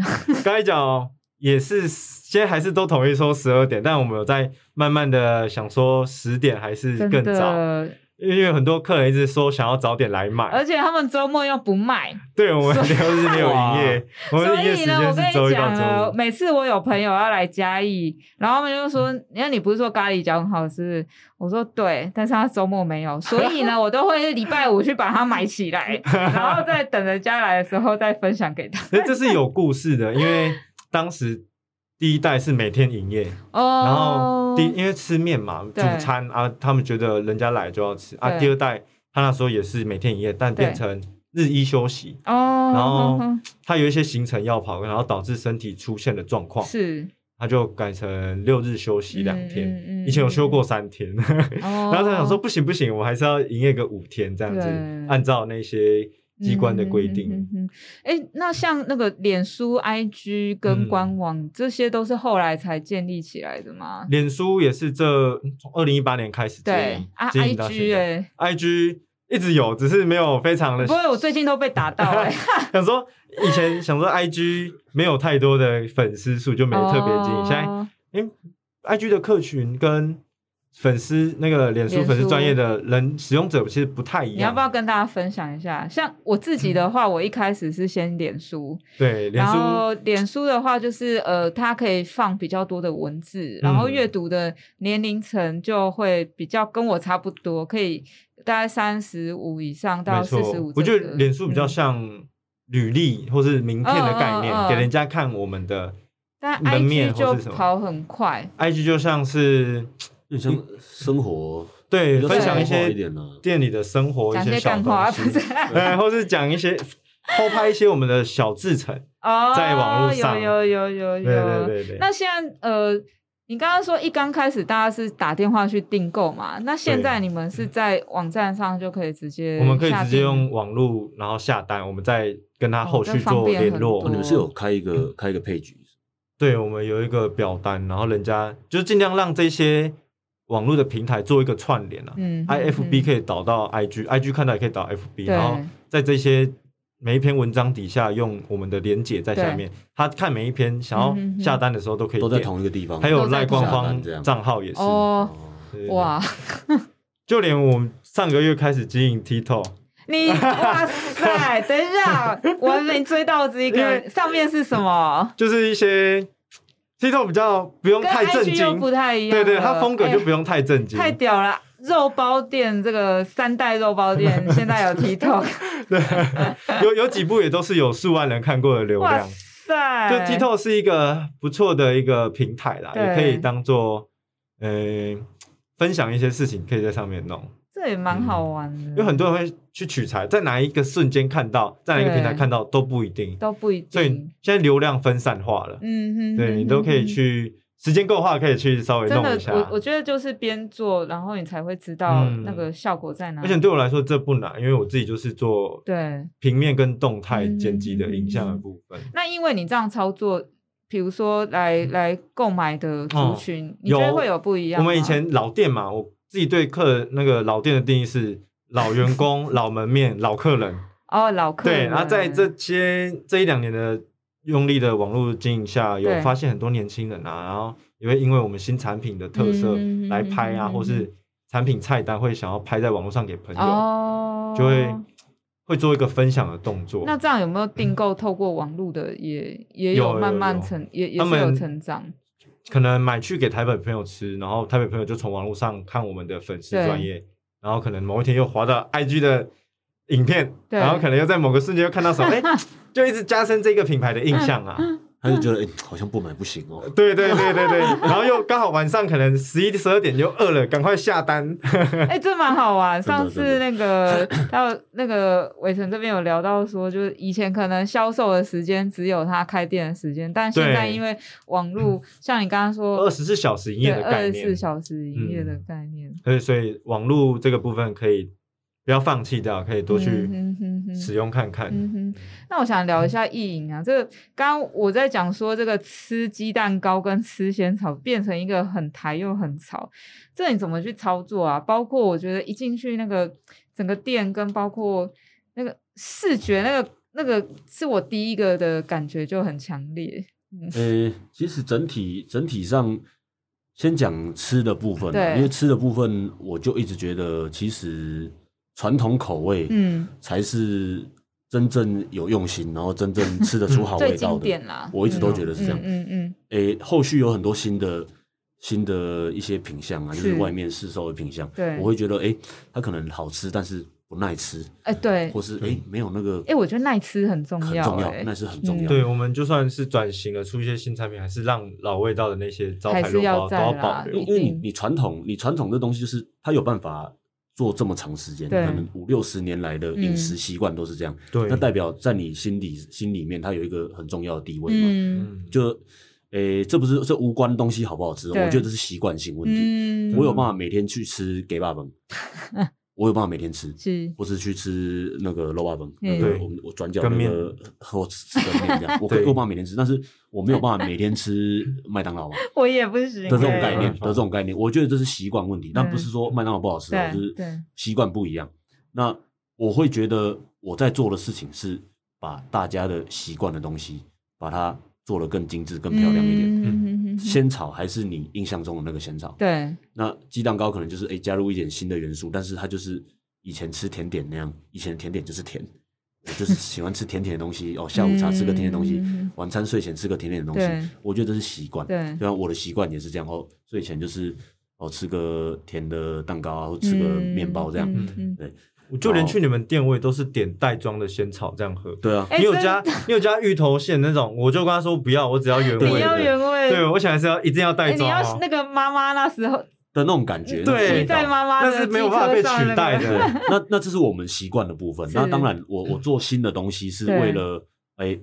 B: 刚才讲也是，现在还是都统一说十二点，但我们有在慢慢的想说十点还是
A: 真
B: 更早，
A: 的，
B: 因为很多客人一直说想要早点来买，
A: 而且他们周末又不卖，
B: 对，我们六日没有营
C: 哇
B: 业，我们
A: 所
B: 的营业
A: 以
B: 时
A: 呢，我
B: 间
A: 跟
B: 是周
A: 你
B: 一
A: 讲呃
B: 到
A: 呢，
B: 周
A: 每次我有朋友要来嘉义，然后他们就说：“
B: 嗯
A: 因为你不是说咖喱饺很好吃？”我说：“对，但是他周末没有，所以 呢，我都会礼拜五去把它买起来，然后再等人家来的时候再分享给他。
B: 五。那这是有故事的，因为当时第一代是每天营业，”
A: 哦，
B: 然后第因为吃面嘛，主
A: 对
B: 餐啊，他们觉得人家来就要吃啊。
A: 对
B: 第二代他那时候也是每天营业，但变
A: 对
B: 成日一休息，
A: 哦，
B: 然后
A: 哼
B: 他有一些行程要跑，然后导致身体出现的状
A: 哼
B: 况，
A: 是
B: 他就改成六日休息两天。
A: 嗯
B: 以前有休过，三天，
A: 然
B: 然后他想说不行不行，我还是要营业个五天这样子
A: 哦对，
B: 按照那些机关的规定。
A: 哎、嗯嗯嗯嗯诶那像那个脸书、IG 跟
B: 嗯
A: 官网、这些都是后来才建立起来的吗？
B: 脸书也是这从二零一八年开始经
A: 对
B: 营
A: 啊
B: 经营到现
A: ，IG
B: 在
A: 哎、
B: ，IG 一直有，只是没有非常的
A: 不会，我最近都被打到哎、
B: 想说以前想说 IG 没有太多的粉丝数，就没特别经营。现在
A: 哦
B: 因为 IG 的客群跟粉丝那个脸书
A: 脸书
B: 粉丝专业的人使用者其实不太一
A: 你要
B: 样
A: 不。要跟大家分享一下？像我自己的话，我一开始是先脸书，
B: 对，嗯脸
A: 然
B: 书
A: 后脸书的话，就是呃，它可以放比较多的文字，然后
B: 嗯
A: 阅读的年龄层就会比较跟我差不多，可以大概三十五以上到
B: 没
A: 四
B: 错
A: 十五。，
B: 我觉得脸书比较
A: 嗯
B: 像履历或是名片的概
A: 嗯
B: 念，
A: 嗯嗯
B: 给人家看我们的。
A: 但
B: 门
A: IG
B: 面
A: 就
B: 或是什么
A: 跑很快，
B: IG 就像是
C: 有点像生活，
B: 对
C: 比较
B: 分享一
C: 生活化
B: 些
C: 一点呢。啊哦
B: 店里的生活一
A: 讲
B: 些
A: 些
B: 小
A: 干话
B: 东
A: 不是
B: 西，？对，或是讲一些偷拍一些我们的小制成，
A: 哦，
B: 在网络上
A: 有有有有有。
B: 对对对对。
A: 哦那现在呃，你刚刚说一刚开始大家是打电话去订购嘛？那现在你们是在网站上就可以直接，
B: 啊嗯我们可以直接用网络，然后下单，我们再跟他后
A: 哦
B: 续
A: 这方
B: 做
A: 便
B: 联
A: 很
B: 络
A: 多
C: 哦，。你们是有开一个开一个配局，
B: 对，我们有一个表单，然后人家就是尽量让这些网络的平台做一个串联啊。
A: 嗯
B: I F B
A: 以
B: 可以导到 I G，I、G 看到也可以导 F B，
A: 对
B: 然后在这些每一篇文章底下用我们的连结在下面，他看每一篇想要
A: 嗯哼哼
B: 下单的时候都可以
C: 都在
B: 点
C: 同一个地方。
B: 还有
A: 都在
B: 赖
A: 同
B: 官
C: 一个网站这
B: 方
C: 样
B: 账号也是。
A: 哦
B: 对，
A: 哇，
B: 就连我们上个月开始经营 TikTok，
A: 你哇塞，等一下，我还没追到这
B: 因
A: 个
B: 为
A: 上面是什么？
B: 就是一些 TikTok 比较不用
A: 跟
B: 太震
A: IG 又
B: 惊，
A: 不太一样了，
B: 对对，它风格
A: 哎
B: 就不用太震惊。
A: 太屌了！肉包店这个三代肉包 店现在有 TikTok，
B: 有有几部也都是有数万人看过的流
A: 哇
B: 量。
A: 塞！
B: 就 TikTok 是一个不错的一个平台啦，
A: 对
B: 也可以当做呃分享一些事情，可以在上面弄。
A: 这也蛮好玩的，
B: 因为嗯很多人会去取材，在哪一个瞬间看到，在哪一个
A: 对
B: 平台看到都不一定，
A: 都不一
B: 所以
A: 定。
B: 现在流量分散化了。
A: 嗯哼，
B: 对你都可以
A: 嗯。
B: 去，时间够的话可以去稍微
A: 真
B: 弄
A: 的
B: 一下。，
A: 我我觉得就是边做，然后你才会知道
B: 嗯
A: 那个效果在哪
B: 而
A: 里。
B: 且对我来说这不难，因为我自己就是做
A: 对，
B: 平面跟动态
A: 嗯
B: 剪辑的影像的部分。
A: 那因为你这样操作，比如说来来购买的族群，你觉得
B: 哦有
A: 会有不一样啊
B: 我
A: 吗？
B: 们以前老店嘛，我自己对客那个老店的定义是老 员工、老门面、老客人。
A: 哦，老客
B: 对，
A: 人
B: 然后在这些这一两年的用力的网络经营下，有
A: 对
B: 发现很多年轻人啊，然后也会因为我们新产品的特色
A: 嗯
B: 来拍啊，
A: 嗯
B: 或是产品菜单会想要拍在网络上给朋友，
A: 哦，
B: 就会会做一个分享的动作。
A: 那这样有没有订购透过网络的也也
B: 有有
A: 慢慢
B: 有
A: 成也也
B: 他
A: 是有
B: 们
A: 成长？
B: 可能买去给台北朋友吃，然后台北朋友就从网络上看我们的粉丝
A: 对
B: 专业，然后可能某一天又滑到 IG 的影片，
A: 对
B: 然后可能又在某个瞬间又看到什么，哎、 就一直加深这个品牌的印象啊。
A: 嗯
C: 他就觉得哎、好像不买不行哦。
B: 对对对对对，然后又刚好晚上可能十一十二点又饿了，赶快下单。
A: 哎、这蛮好玩。
C: 真的
A: 上次那个到那个伟成这边有聊到说，就是以前可能销售的时间只有他开店的时间，但现在
B: 对嗯
A: 因为网络，像你刚刚
B: 二
A: 说，
B: 十四小时营
A: 对，
B: 业的
A: 二
B: 概
A: 十四
B: 念，嗯
A: 小时营业的概念，
B: 所以所以网络这个部分可以不要放弃掉，可以多去
A: 嗯哼哼哼
B: 使用看看。
A: 嗯哼，那我想聊一下意淫啊，这个刚刚我在讲说这个吃鸡蛋糕跟吃仙草变成一个很台又很潮，这你怎么去操作啊？包括我觉得一进去那个整个店跟包括那个视觉那个那个是我第一个的感觉就很强烈，
C: 呃、其实整体整体上，先讲吃的部分啦，
A: 对
C: 因为吃的部分，我就一直觉得，其实传统口味，
A: 嗯，
C: 才是真正有用心，然后真正吃得出好
A: 最
C: 味道
A: 经
C: 的
A: 典。啦，
C: 我一直都觉
A: 嗯
C: 得是这样。
A: 嗯嗯
C: 诶、后续有很多新的新的一些品相啊，就是是外面市售的品相，
A: 对
C: 我会觉得诶、它可能好吃，但是不耐吃，
A: 哎、对，
C: 或是诶、没有那个
A: 哎、我觉得耐吃很重
C: 很
A: 要、
C: 重
A: 欸，
C: 要，那是很重
A: 嗯
C: 要。
B: 对我们就算是转型了，出一些新产品，还是让老味道的那些招牌
A: 还是
B: 肉
A: 要
B: 包都
A: 在
B: 要
A: 啦
B: 保
C: 因
B: 留
A: 一。
C: 因为你
A: 定
C: 你传统你传统的东西就是它有办法做这么长时间，可
A: 对
C: 能五六十年来的饮食习惯都是这样，
B: 对
C: 那代表在你心里心里面它有一个很重要的地位嘛。
A: 嗯
B: 嗯，
C: 就诶、这不是这无关东西好不好吃哦，
A: 对
C: 我觉得这是习惯性问题。
A: 嗯，
C: 我有办法每天去吃给爸崩，我有办法每天吃，
A: 是
C: 或是去吃那个肉霸崩，那
A: 嗯
C: 个
B: 对
C: 我们我转角
B: 跟
C: 那
B: 面
C: 个 和我吃吃个面这样，我可以
B: 对
C: 我有办法每天吃，但是我没有办法每天吃麦当劳嘛。
A: 我也不行、欸，
C: 的这种概念
B: 对
C: 的这种概念，我觉得这是习惯问题，但不是说麦当劳不好吃哦，
A: 嗯对
C: 就是
A: 对
C: 习惯不一样。那我会觉得我在做的事情是把大家的习惯的东西，把它做得更精致、更漂亮一
A: 嗯
C: 点。嗯
A: 点
C: 仙草还是你印象中的那个仙草，
A: 对
C: 那鸡蛋糕可能就是哎、诶加入一点新的元素，但是它就是以前吃甜点那样，以前的甜点就是甜，我就是喜欢吃甜甜的东西哦，下午茶吃个甜甜的东西，
A: 嗯
C: 晚餐睡前吃个甜甜的东
A: 对
C: 西，我觉得这是习惯。
A: 对
C: 就像我的习惯也是这样哦，睡前就是哦吃个甜的蛋糕啊，或吃个面包这样。
A: 嗯嗯
C: 对
B: 我就连
C: 哦
B: 去你们店我也都是点袋装的仙草这样喝。
C: 对啊，
A: 哎
B: 你有
A: 真
B: 加你有加芋头馅那种，我就跟他说不要，我只要原
C: 嗯
A: 你
B: 味
A: 要
B: 的。
A: 原味，
B: 对，我想还是要一定要
A: 哎
B: 袋
A: 你
B: 装
A: 要
B: 哦
A: 那个妈妈那时候。
C: 的那种感觉。那种
B: 对
C: 味
A: 骑
C: 道
A: 在妈妈的
B: 那是没有办法被取代
A: 机车上那个。
B: 的。
C: 那那这是我们习惯的部分。
A: 是
C: 那当然我，我做新的东西是
A: 对
C: 为了，哎、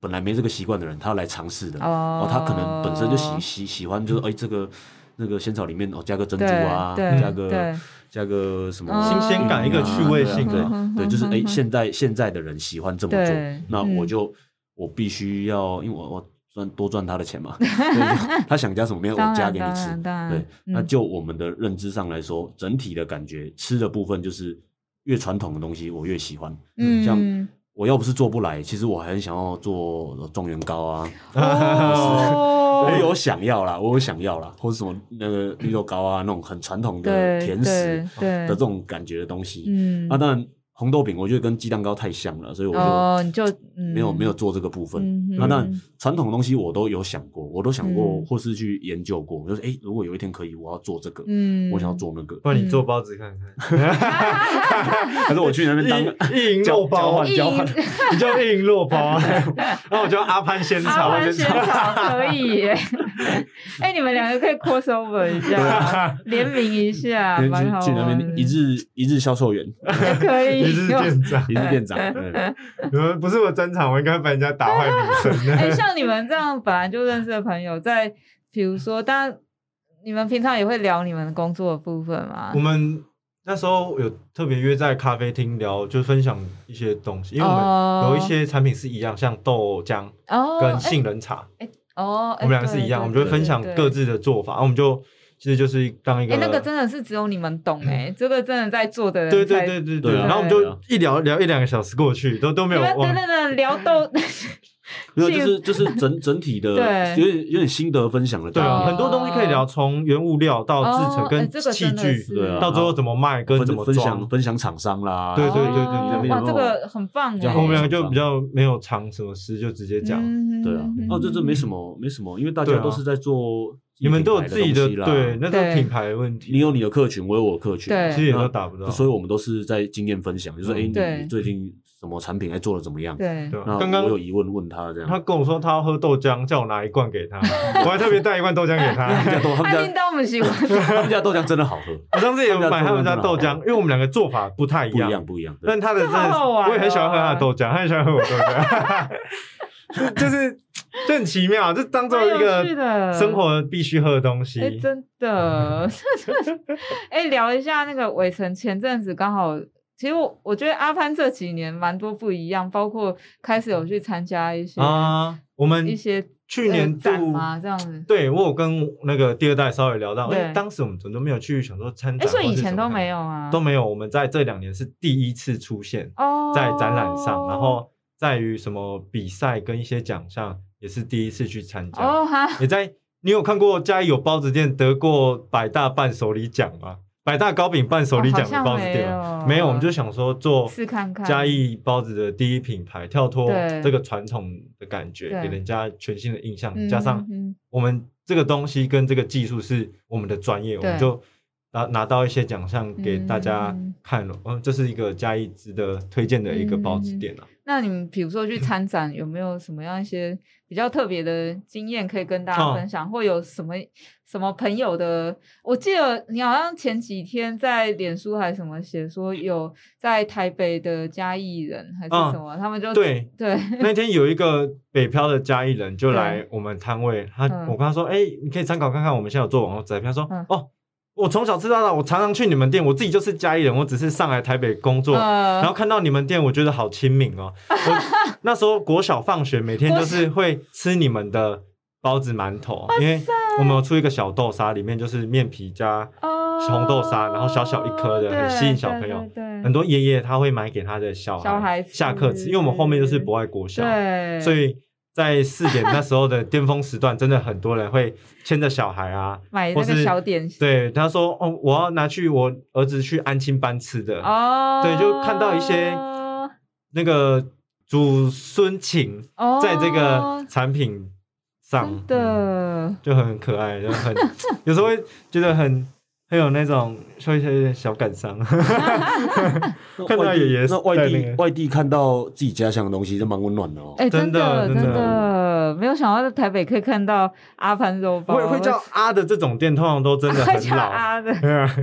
C: 本来没这个习惯的人，他来尝试的。
A: 哦
C: 他可能本身就喜喜喜欢，就是哎、这个那个仙草里面哦，加个珍珠啊，
A: 对对
C: 加个
A: 对哦
C: 加个什么
A: 新鲜感
C: 啊
A: 一个趣
B: 味性
C: 对
A: 嗯
C: 对，就是哎、
A: 嗯
C: 现在现在的人喜欢这么做
A: 对，
C: 那
A: 嗯
C: 我就、我必须要，因为我我赚多赚他的钱嘛， 对就他想加什么面
A: 当然
C: 我加给你
A: 当
C: 吃
A: 然。当然
C: 对，那
A: 嗯
C: 就我们的认知上来说，整体的感觉，吃的部分就是越传统的东西我越喜欢。
A: 嗯
C: 像我要不是做不来，其实我还很想要做呃状元糕啊，
A: 哦
C: 我 有想要啦，我有想要啦，哦或者什么那个绿豆糕啊，那种很传统的
A: 嗯对
C: 甜食
A: 对对
C: 的这种感觉的东西。
A: 嗯
C: 那当然，红豆饼我觉得跟鸡蛋糕太像了，所以我
A: 哦，
C: 就
A: 你就嗯
C: 没有没有做这个部分。
A: 嗯
C: 那当
A: 嗯
C: 然，传统的东西我都有想过，我都想过，
A: 嗯
C: 或是去研究过，就是哎，诶如果有一天可以，我要做这个，
A: 嗯，
C: 我想要做那个，
B: 不然你做包子看看，
C: 可是我去那边当
B: 一银肉
A: 交
B: 包，
C: 交
A: 交
C: 换
A: 换
B: 你叫一银肉 包，啊然后我叫阿潘仙
A: 阿
B: 草，
A: 弯仙草可以耶！ 哎，你们两个可以 crossover 一
B: 啊
A: 下，联名一下，
C: 去
A: 蛮好啊嗯
C: 去那
A: 玩
C: 边
A: 的。
C: 一日一日销售员，
A: 也可以
B: 你是 店长，
C: 一日店长，对
B: 你们啊呃不是我专场，我应该把人家打坏名声的。
A: 哎，像你们这样本来就认识的朋友，在比如说，当然你们平常也会聊你们工作的部分嘛
B: 我。们那时候有特别约在咖啡厅聊，就分享一些东西，因为我们
A: 哦
B: 有一些产品是一样，像豆浆
A: 哦，
B: 跟
A: 哎
B: 杏仁茶，
A: 哦，哎
B: 我们两个是
A: 对
B: 一样，我
A: 对
B: 们就会
A: 对
B: 分享
A: 对
B: 各自的做法，然后我们就其实就是当一个
A: 哎、那个真的是只有你们懂哎、这个真的在做的人
B: 对
A: 才
B: 对对对
C: 对
B: 对，
C: 啊
B: 然后我们
C: 对啊
B: 就一聊聊一两个小时过去，都都没
A: 你
B: 有
A: 们
B: 忘
A: 等。等等聊豆，
C: 没有就是就是整整体的，
A: 对
C: 有点有点心得分享的
B: 对
A: 哦
B: 啊，
C: 概
B: 很多东西可以聊，从原物料到制
A: 哦
B: 成
A: 哎
B: 跟
A: 这个
B: 器
A: 真的
B: 具
A: 是，
C: 对啊
B: 到最后怎么卖跟
C: 念，
B: 怎
C: 分
B: 么
C: 分
B: 装
C: 享。分享厂商啦，
B: 对对对
A: 哦
B: 对
A: 哇，
B: 对
A: 这个很棒哎、
C: 比较
B: 后
C: 好
B: 面两
C: 玩
B: 个就比较没有藏什么事，就直接讲。
A: 嗯
C: 对啊，哦，这这没什，么没什么，因为大
B: 对
C: 家
B: 啊
C: 都是在做自己
B: 你们都有
C: 品牌
B: 自己的
C: 东西啦
B: 对，，那
A: 对
B: 是品牌的问题。
C: 你有你的客群，我有我的客群，
A: 对
B: 其实也都打不到。
C: 所以我们都是在经验分享，就是哎，
B: 嗯
C: 你
A: 对
C: 你最近什么产品哎做的怎么样？
A: 嗯对
B: 对啊，
C: 那
B: 刚
C: 我有
B: 刚
C: 疑问问他这样，
B: 他跟我说他要喝豆浆，叫我拿一罐给 他，我还特别带一罐豆浆给
C: 他们
B: 他。
C: 家豆他们
A: 他听
C: 家
A: 到我们喜欢，
C: 他们家豆浆真的好喝，
B: 我上次也有买他们家豆
C: 他们家
B: 浆，因为我们两个做法 不太一
C: 不一
B: 样
C: 样。不一样，对
B: 但他的真
A: 这好好玩哦
B: 的是，我也很喜欢喝他的豆浆，他很喜欢喝我 豆浆，就 就是就很奇妙，就当做一
A: 蛮有趣
B: 个
A: 的
B: 生。活必须喝的东
A: 哎、
B: 西。
A: 真的， 哎、聊一下那个伟成前阵子刚好，其实我我觉得阿潘这几年蛮多不一样，包括开始有去参加一些、
B: 啊，我
A: 一
B: 们
A: 些
B: 去年
A: 呃展
B: 度
A: 嘛，这样子。
B: 对我有跟那个第二代稍微聊到，
A: 对
B: 因为当时我们怎么都没有去想说参
A: 哎、
B: 展，
A: 所以以前都没
B: 有
A: 有啊，
B: 都没有，我们在这两年是第一次出现
A: 哦，
B: 在展览上，然后在于什么比赛跟一些奖项也是第一次去参加，
A: 哦哈，
B: 也在你有看过嘉义有包子店得过百大伴手礼奖吗？百大糕饼伴手礼奖的包子店
A: 哦好
B: 吗
A: 像没有
B: 没有，我们就想说做
A: 试看看
B: 嘉义包子的第一品牌，跳脱
A: 对
B: 这个传统的感觉，
A: 对
B: 给人家全新的印象
A: 嗯，
B: 加上
A: 嗯
B: 我们这个东西跟这个技术是我们的专业，我
A: 对
B: 们就拿拿到一些奖项给大家
A: 嗯
B: 看了。嗯，这是一个嘉义值得推荐的一个包子店啊。
A: 那你们比如说去参展，有没有什么样一些比较特别的经验可以跟大家
B: 哦
A: 分享，或有什么什么朋友的？我记得你好像前几天在脸书还什么写说有在台北的嘉义人还是
B: 嗯
A: 什么，他们就
B: 对，
A: 对，
B: 那天有一个北漂的嘉义人就来我们摊位，他
A: 嗯
B: 我跟他说：“哎、你可以参考看看，我们现在有做网络宅配。”他说：“
A: 嗯
B: 哦，我从小吃到大，我常常去你们店，我自己就是嘉义人，我只是上来台北工作。
A: 呃
B: 然后看到你们店，我觉得好亲民 哦。我那时候国小放学，每天
A: 国
B: 就
A: 小
B: 是会吃你们的包子馒头，因为我们有出一个小豆沙，里面就是面皮加
A: 哦
B: 红豆沙，然后小小一颗的，很
A: 对
B: 吸引小朋友
A: 对。对
B: 很
A: 对
B: 多爷爷他会买给他的小
A: 小孩
B: 孩
A: 吃
B: 下课吃，因为我们后面就是博爱国小，
A: 对，
B: 所以在四点那时候的巅峰时段，真的很多人会牵着小孩啊，
A: 买那
B: 或
A: 个
B: 是
A: 小点心
B: 对他说：“哦，我要拿去我儿子去安亲班吃的。”
A: 哦，
B: 对就看到一些那个祖孙情
A: 哦，
B: 在这个产品上、嗯
A: 真的
B: 就很可爱，就很 有时候会觉得很很有那种会有点小感伤。
C: 那
B: 看到
C: 外地
B: 爷爷
C: 那外
B: 在那
C: 地
B: 个
C: 外地看到自己家乡的东西，就蛮温暖的哦。
A: 哎、真
B: 真的
A: 真
B: 真的
A: 了，没有想到在台北可以看到阿潘肉包，
B: 会会叫啊的这种店，通常都真的
A: 会
B: 很
A: 叫
B: 老，
A: 阿的
B: 对啊，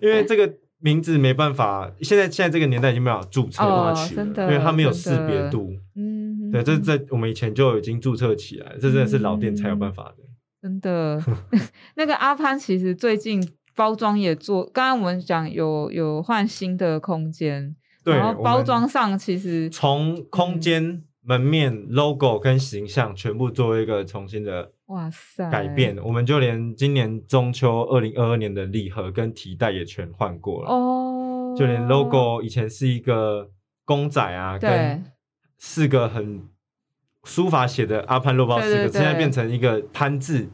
B: 因为这个名字没办法，现在现在这个年代已经没有办法注册，
A: 哦
C: 他取，的
A: 真的，
B: 因为它没有
A: 真
B: 识
A: 的
B: 别，度。
A: 嗯，
B: 对，这在我们以前就已经注册起来，这真的是老店才有办法的。
A: 真的， 那个阿潘其实最近包装也做，刚刚我们讲有有换新的空间，
B: 对，
A: 嗯然后包
B: 我
A: 装
B: 们
A: 上其实
B: 从空间、门面、logo 跟形象全部做一个重新的
A: 哇塞
B: 改变。我们就连今年中秋二零二二年的礼盒跟提袋也全换过了，
A: 哦，
B: 就连 logo 以前是一个公仔啊，
A: 对
B: 跟四个很书法写的阿潘肉包四个，
A: 对对对
B: 现在变成一个潘字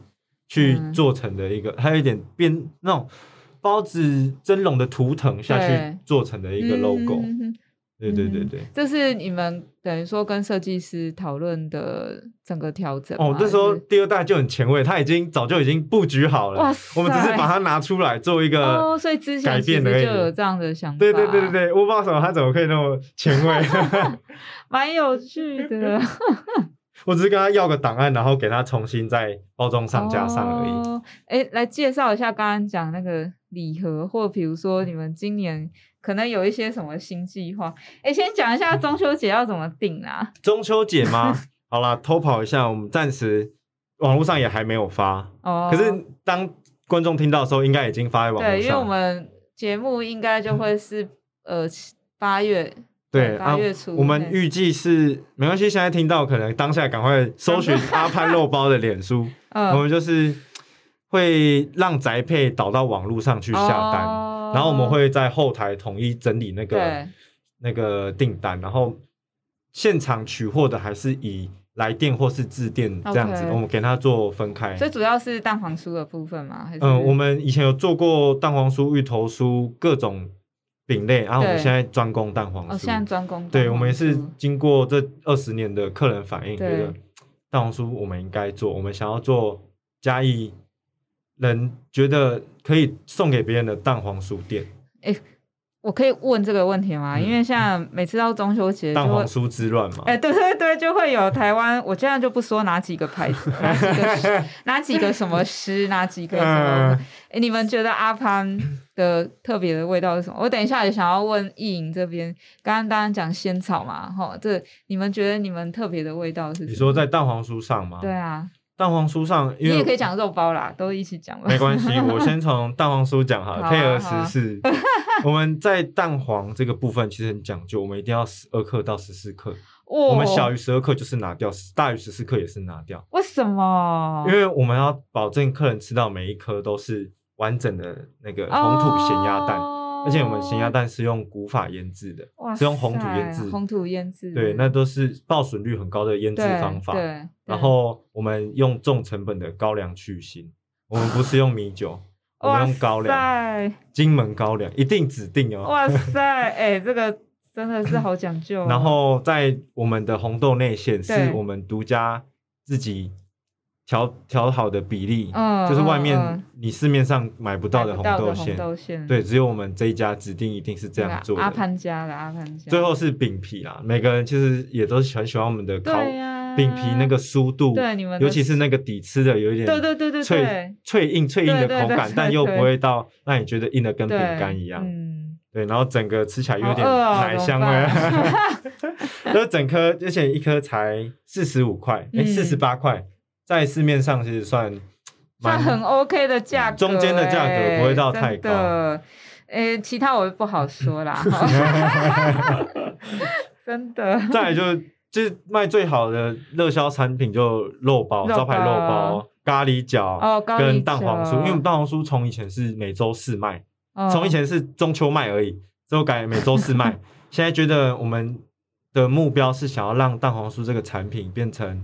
B: 去
A: 嗯
B: 做成的一个，还有一点变那种包子蒸笼的图腾下
A: 对
B: 去做成的一个 logo。
A: 嗯嗯嗯嗯
B: 对对对对。
A: 这是你们等于说跟设计师讨论的整个调整
B: 哦
A: 吗，
B: 那时候
A: 还是
B: 第二代就很前卫，他已经早就已经布局好了。
A: 欸哇塞
B: 我们只是把它拿出来做一个
A: 哦，所以之
B: 呃
A: 前
B: 改
A: 其
B: 变
A: 实
B: 而已
A: 就有这样的想法，
B: 对对对对，对，乌豹手他怎么可以那么前 卫？
A: 蛮有趣 的，
B: 我只是跟他要个档案，然后给他重新在包装上加上而已。
A: 哦哎、来介绍一下刚刚讲那个礼盒，或比如说你们今年可能有一些什么新计划。哎、先讲一下中秋节要怎么定啦、
B: 中秋节 吗？好啦，偷跑一下，我们暂时网络上也还没有发，
A: 哦，
B: 可是当观众听到的时候，应该已经发在网络上了。
A: 对，因为我们节目应该就会是呃七八月，
B: 对
A: 八
B: 啊
A: 月初，
B: 我们
A: 对
B: 预计是没关系，现在听到可能当下赶快搜 寻阿潘肉包的脸书，我
A: 嗯，
B: 们就是会让宅配导到网络上去下单，
A: 哦
B: 然后我们会在后台统一整理那个
A: 对
B: 那个订单，然后现场取货的还是以来电或是致电这样子
A: OK
B: 我们给它做分开。
A: 所以主要是蛋黄酥的部分嘛，还是
B: 嗯，我们以前有做过蛋黄酥、芋头酥各种饼类，啊然后我们
A: 对
B: 现在专攻蛋黄酥。
A: 哦现在专攻
B: 对，
A: 蛋
B: 我
A: 黄
B: 们也是
A: 酥
B: 经过这二十年的客人反应，觉
A: 对
B: 得蛋黄酥我们应该做，我们想要做嘉义人觉得可以送给别人的蛋黄酥店，
A: 我可以问这个问题吗？
B: 嗯
A: 因为现在每次到中秋节
B: 蛋
A: 就会
B: 黄酥之乱嘛。
A: 哎、对对对，就会有台湾，我现在就不说哪几个牌子，哪几 个哪几个什么师，哪几个什么
B: 嗯。
A: 哎、你们觉得阿潘的特别的味道是什么？我等一下也想要问意莹这边，刚刚当然讲仙草嘛，哈，这你们觉得你们特别的味道是什么？
B: 你说在蛋黄酥上吗？
A: 对，啊，
B: 蛋黄酥上，
A: 你
B: 因为
A: 也可以讲肉包啦，都一起讲吧
B: 没。关系，我先从蛋黄酥讲好
A: 好
B: 了，
A: 啊
B: 配合
A: 好啊
B: 时事。我们在蛋黄这个部分其实很讲究，我们一定要十二克到十四克，我
A: 我
B: 们小于十二克就是拿掉，大于十四克也是拿掉。
A: 为什么？
B: 因为我们要保证客人吃到每一颗都是完整的那个
A: 哦
B: 红土咸鸭蛋，而且我们咸鸭蛋是用古法腌制的，
A: 哇
B: 是用红土腌
A: 塞
B: 制
A: 红土腌制，
B: 对，那都是报损率很高的腌制
A: 嗯对
B: 方法。
A: 对，
B: 然后我们用重成本的高粱去腥，我们不是用 米酒，我
A: 哇
B: 们用高粱，
A: 塞
B: 金门高粱一定指定哦。
A: 哇塞，哎、这个真的是好讲究哦、
B: 然后在我们的红豆内馅
A: 对
B: 是我们独家自己调调好的比例，
A: 嗯
B: 就是
A: 嗯
B: 外
A: 嗯
B: 面你市面上买不到的红
A: 买不
B: 豆
A: 的红
B: 馅，
A: 豆馅，啊
B: 对，只有我们这一家指定一定是这样做
A: 阿
B: 的。
A: 潘家的阿潘家，
B: 最后是饼皮啦，每个人其实也都是很喜欢我们的烤
A: 对呀
B: 饼皮那个酥度，
A: 对你们的
B: 尤其是那个底吃的有一点
A: 对对对对
B: 脆
A: 对
B: 脆硬脆硬的
A: 对对
B: 口
A: 对
B: 感，
A: 对
B: 但又
A: 对
B: 不会到让你觉得硬的跟
A: 对
B: 饼干一样。
A: 嗯，
B: 对，然后整个吃起来有
A: 好
B: 点
A: 饿哦
B: 奶香味， 就是整颗，而且一颗才四十五块，哎，
A: 嗯
B: 四十八块，在市面上其实算
A: 算
B: 蛮
A: 很 OK 的价格、
B: 中间的价格
A: 哎
B: 不会到太
A: 真的哎，其他我就不好说啦，真的。
B: 再来就是就是卖最好的热销产品就肉包，
A: 肉
B: 招牌肉
A: 包
B: 包、咖喱角
A: 哦咖喱
B: 跟蛋黄酥，
A: 角
B: 因为我们蛋黄酥从以前是每周四卖，
A: 嗯
B: 从以前是中秋卖而已，之后改每周 四卖，现在觉得我们的目标是想要让蛋黄酥这个产品变成。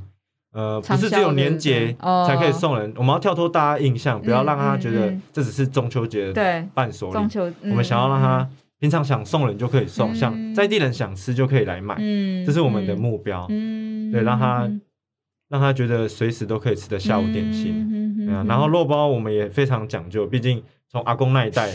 B: 呃，不
A: 畅销
B: 是只有
A: 的
B: 年
A: 对
B: 节
A: 不对哦
B: 才可以送人，我们要跳脱大家印象，不要让他觉
A: 嗯
B: 得
A: 嗯嗯
B: 这只是中秋节的
A: 对
B: 伴手礼
A: 中。秋，
B: 我们想要让他平常想送人就可以送，
A: 嗯
B: 想在地人想吃就可以来买。
A: 嗯，嗯
B: 这是我们的，目标，
A: 嗯，
B: 对，让他、
A: 嗯
B: 让他觉得随时都可以吃的下午点心。
A: 嗯
B: 对啊，然后肉包我们也非常讲究，毕竟从阿公那 一代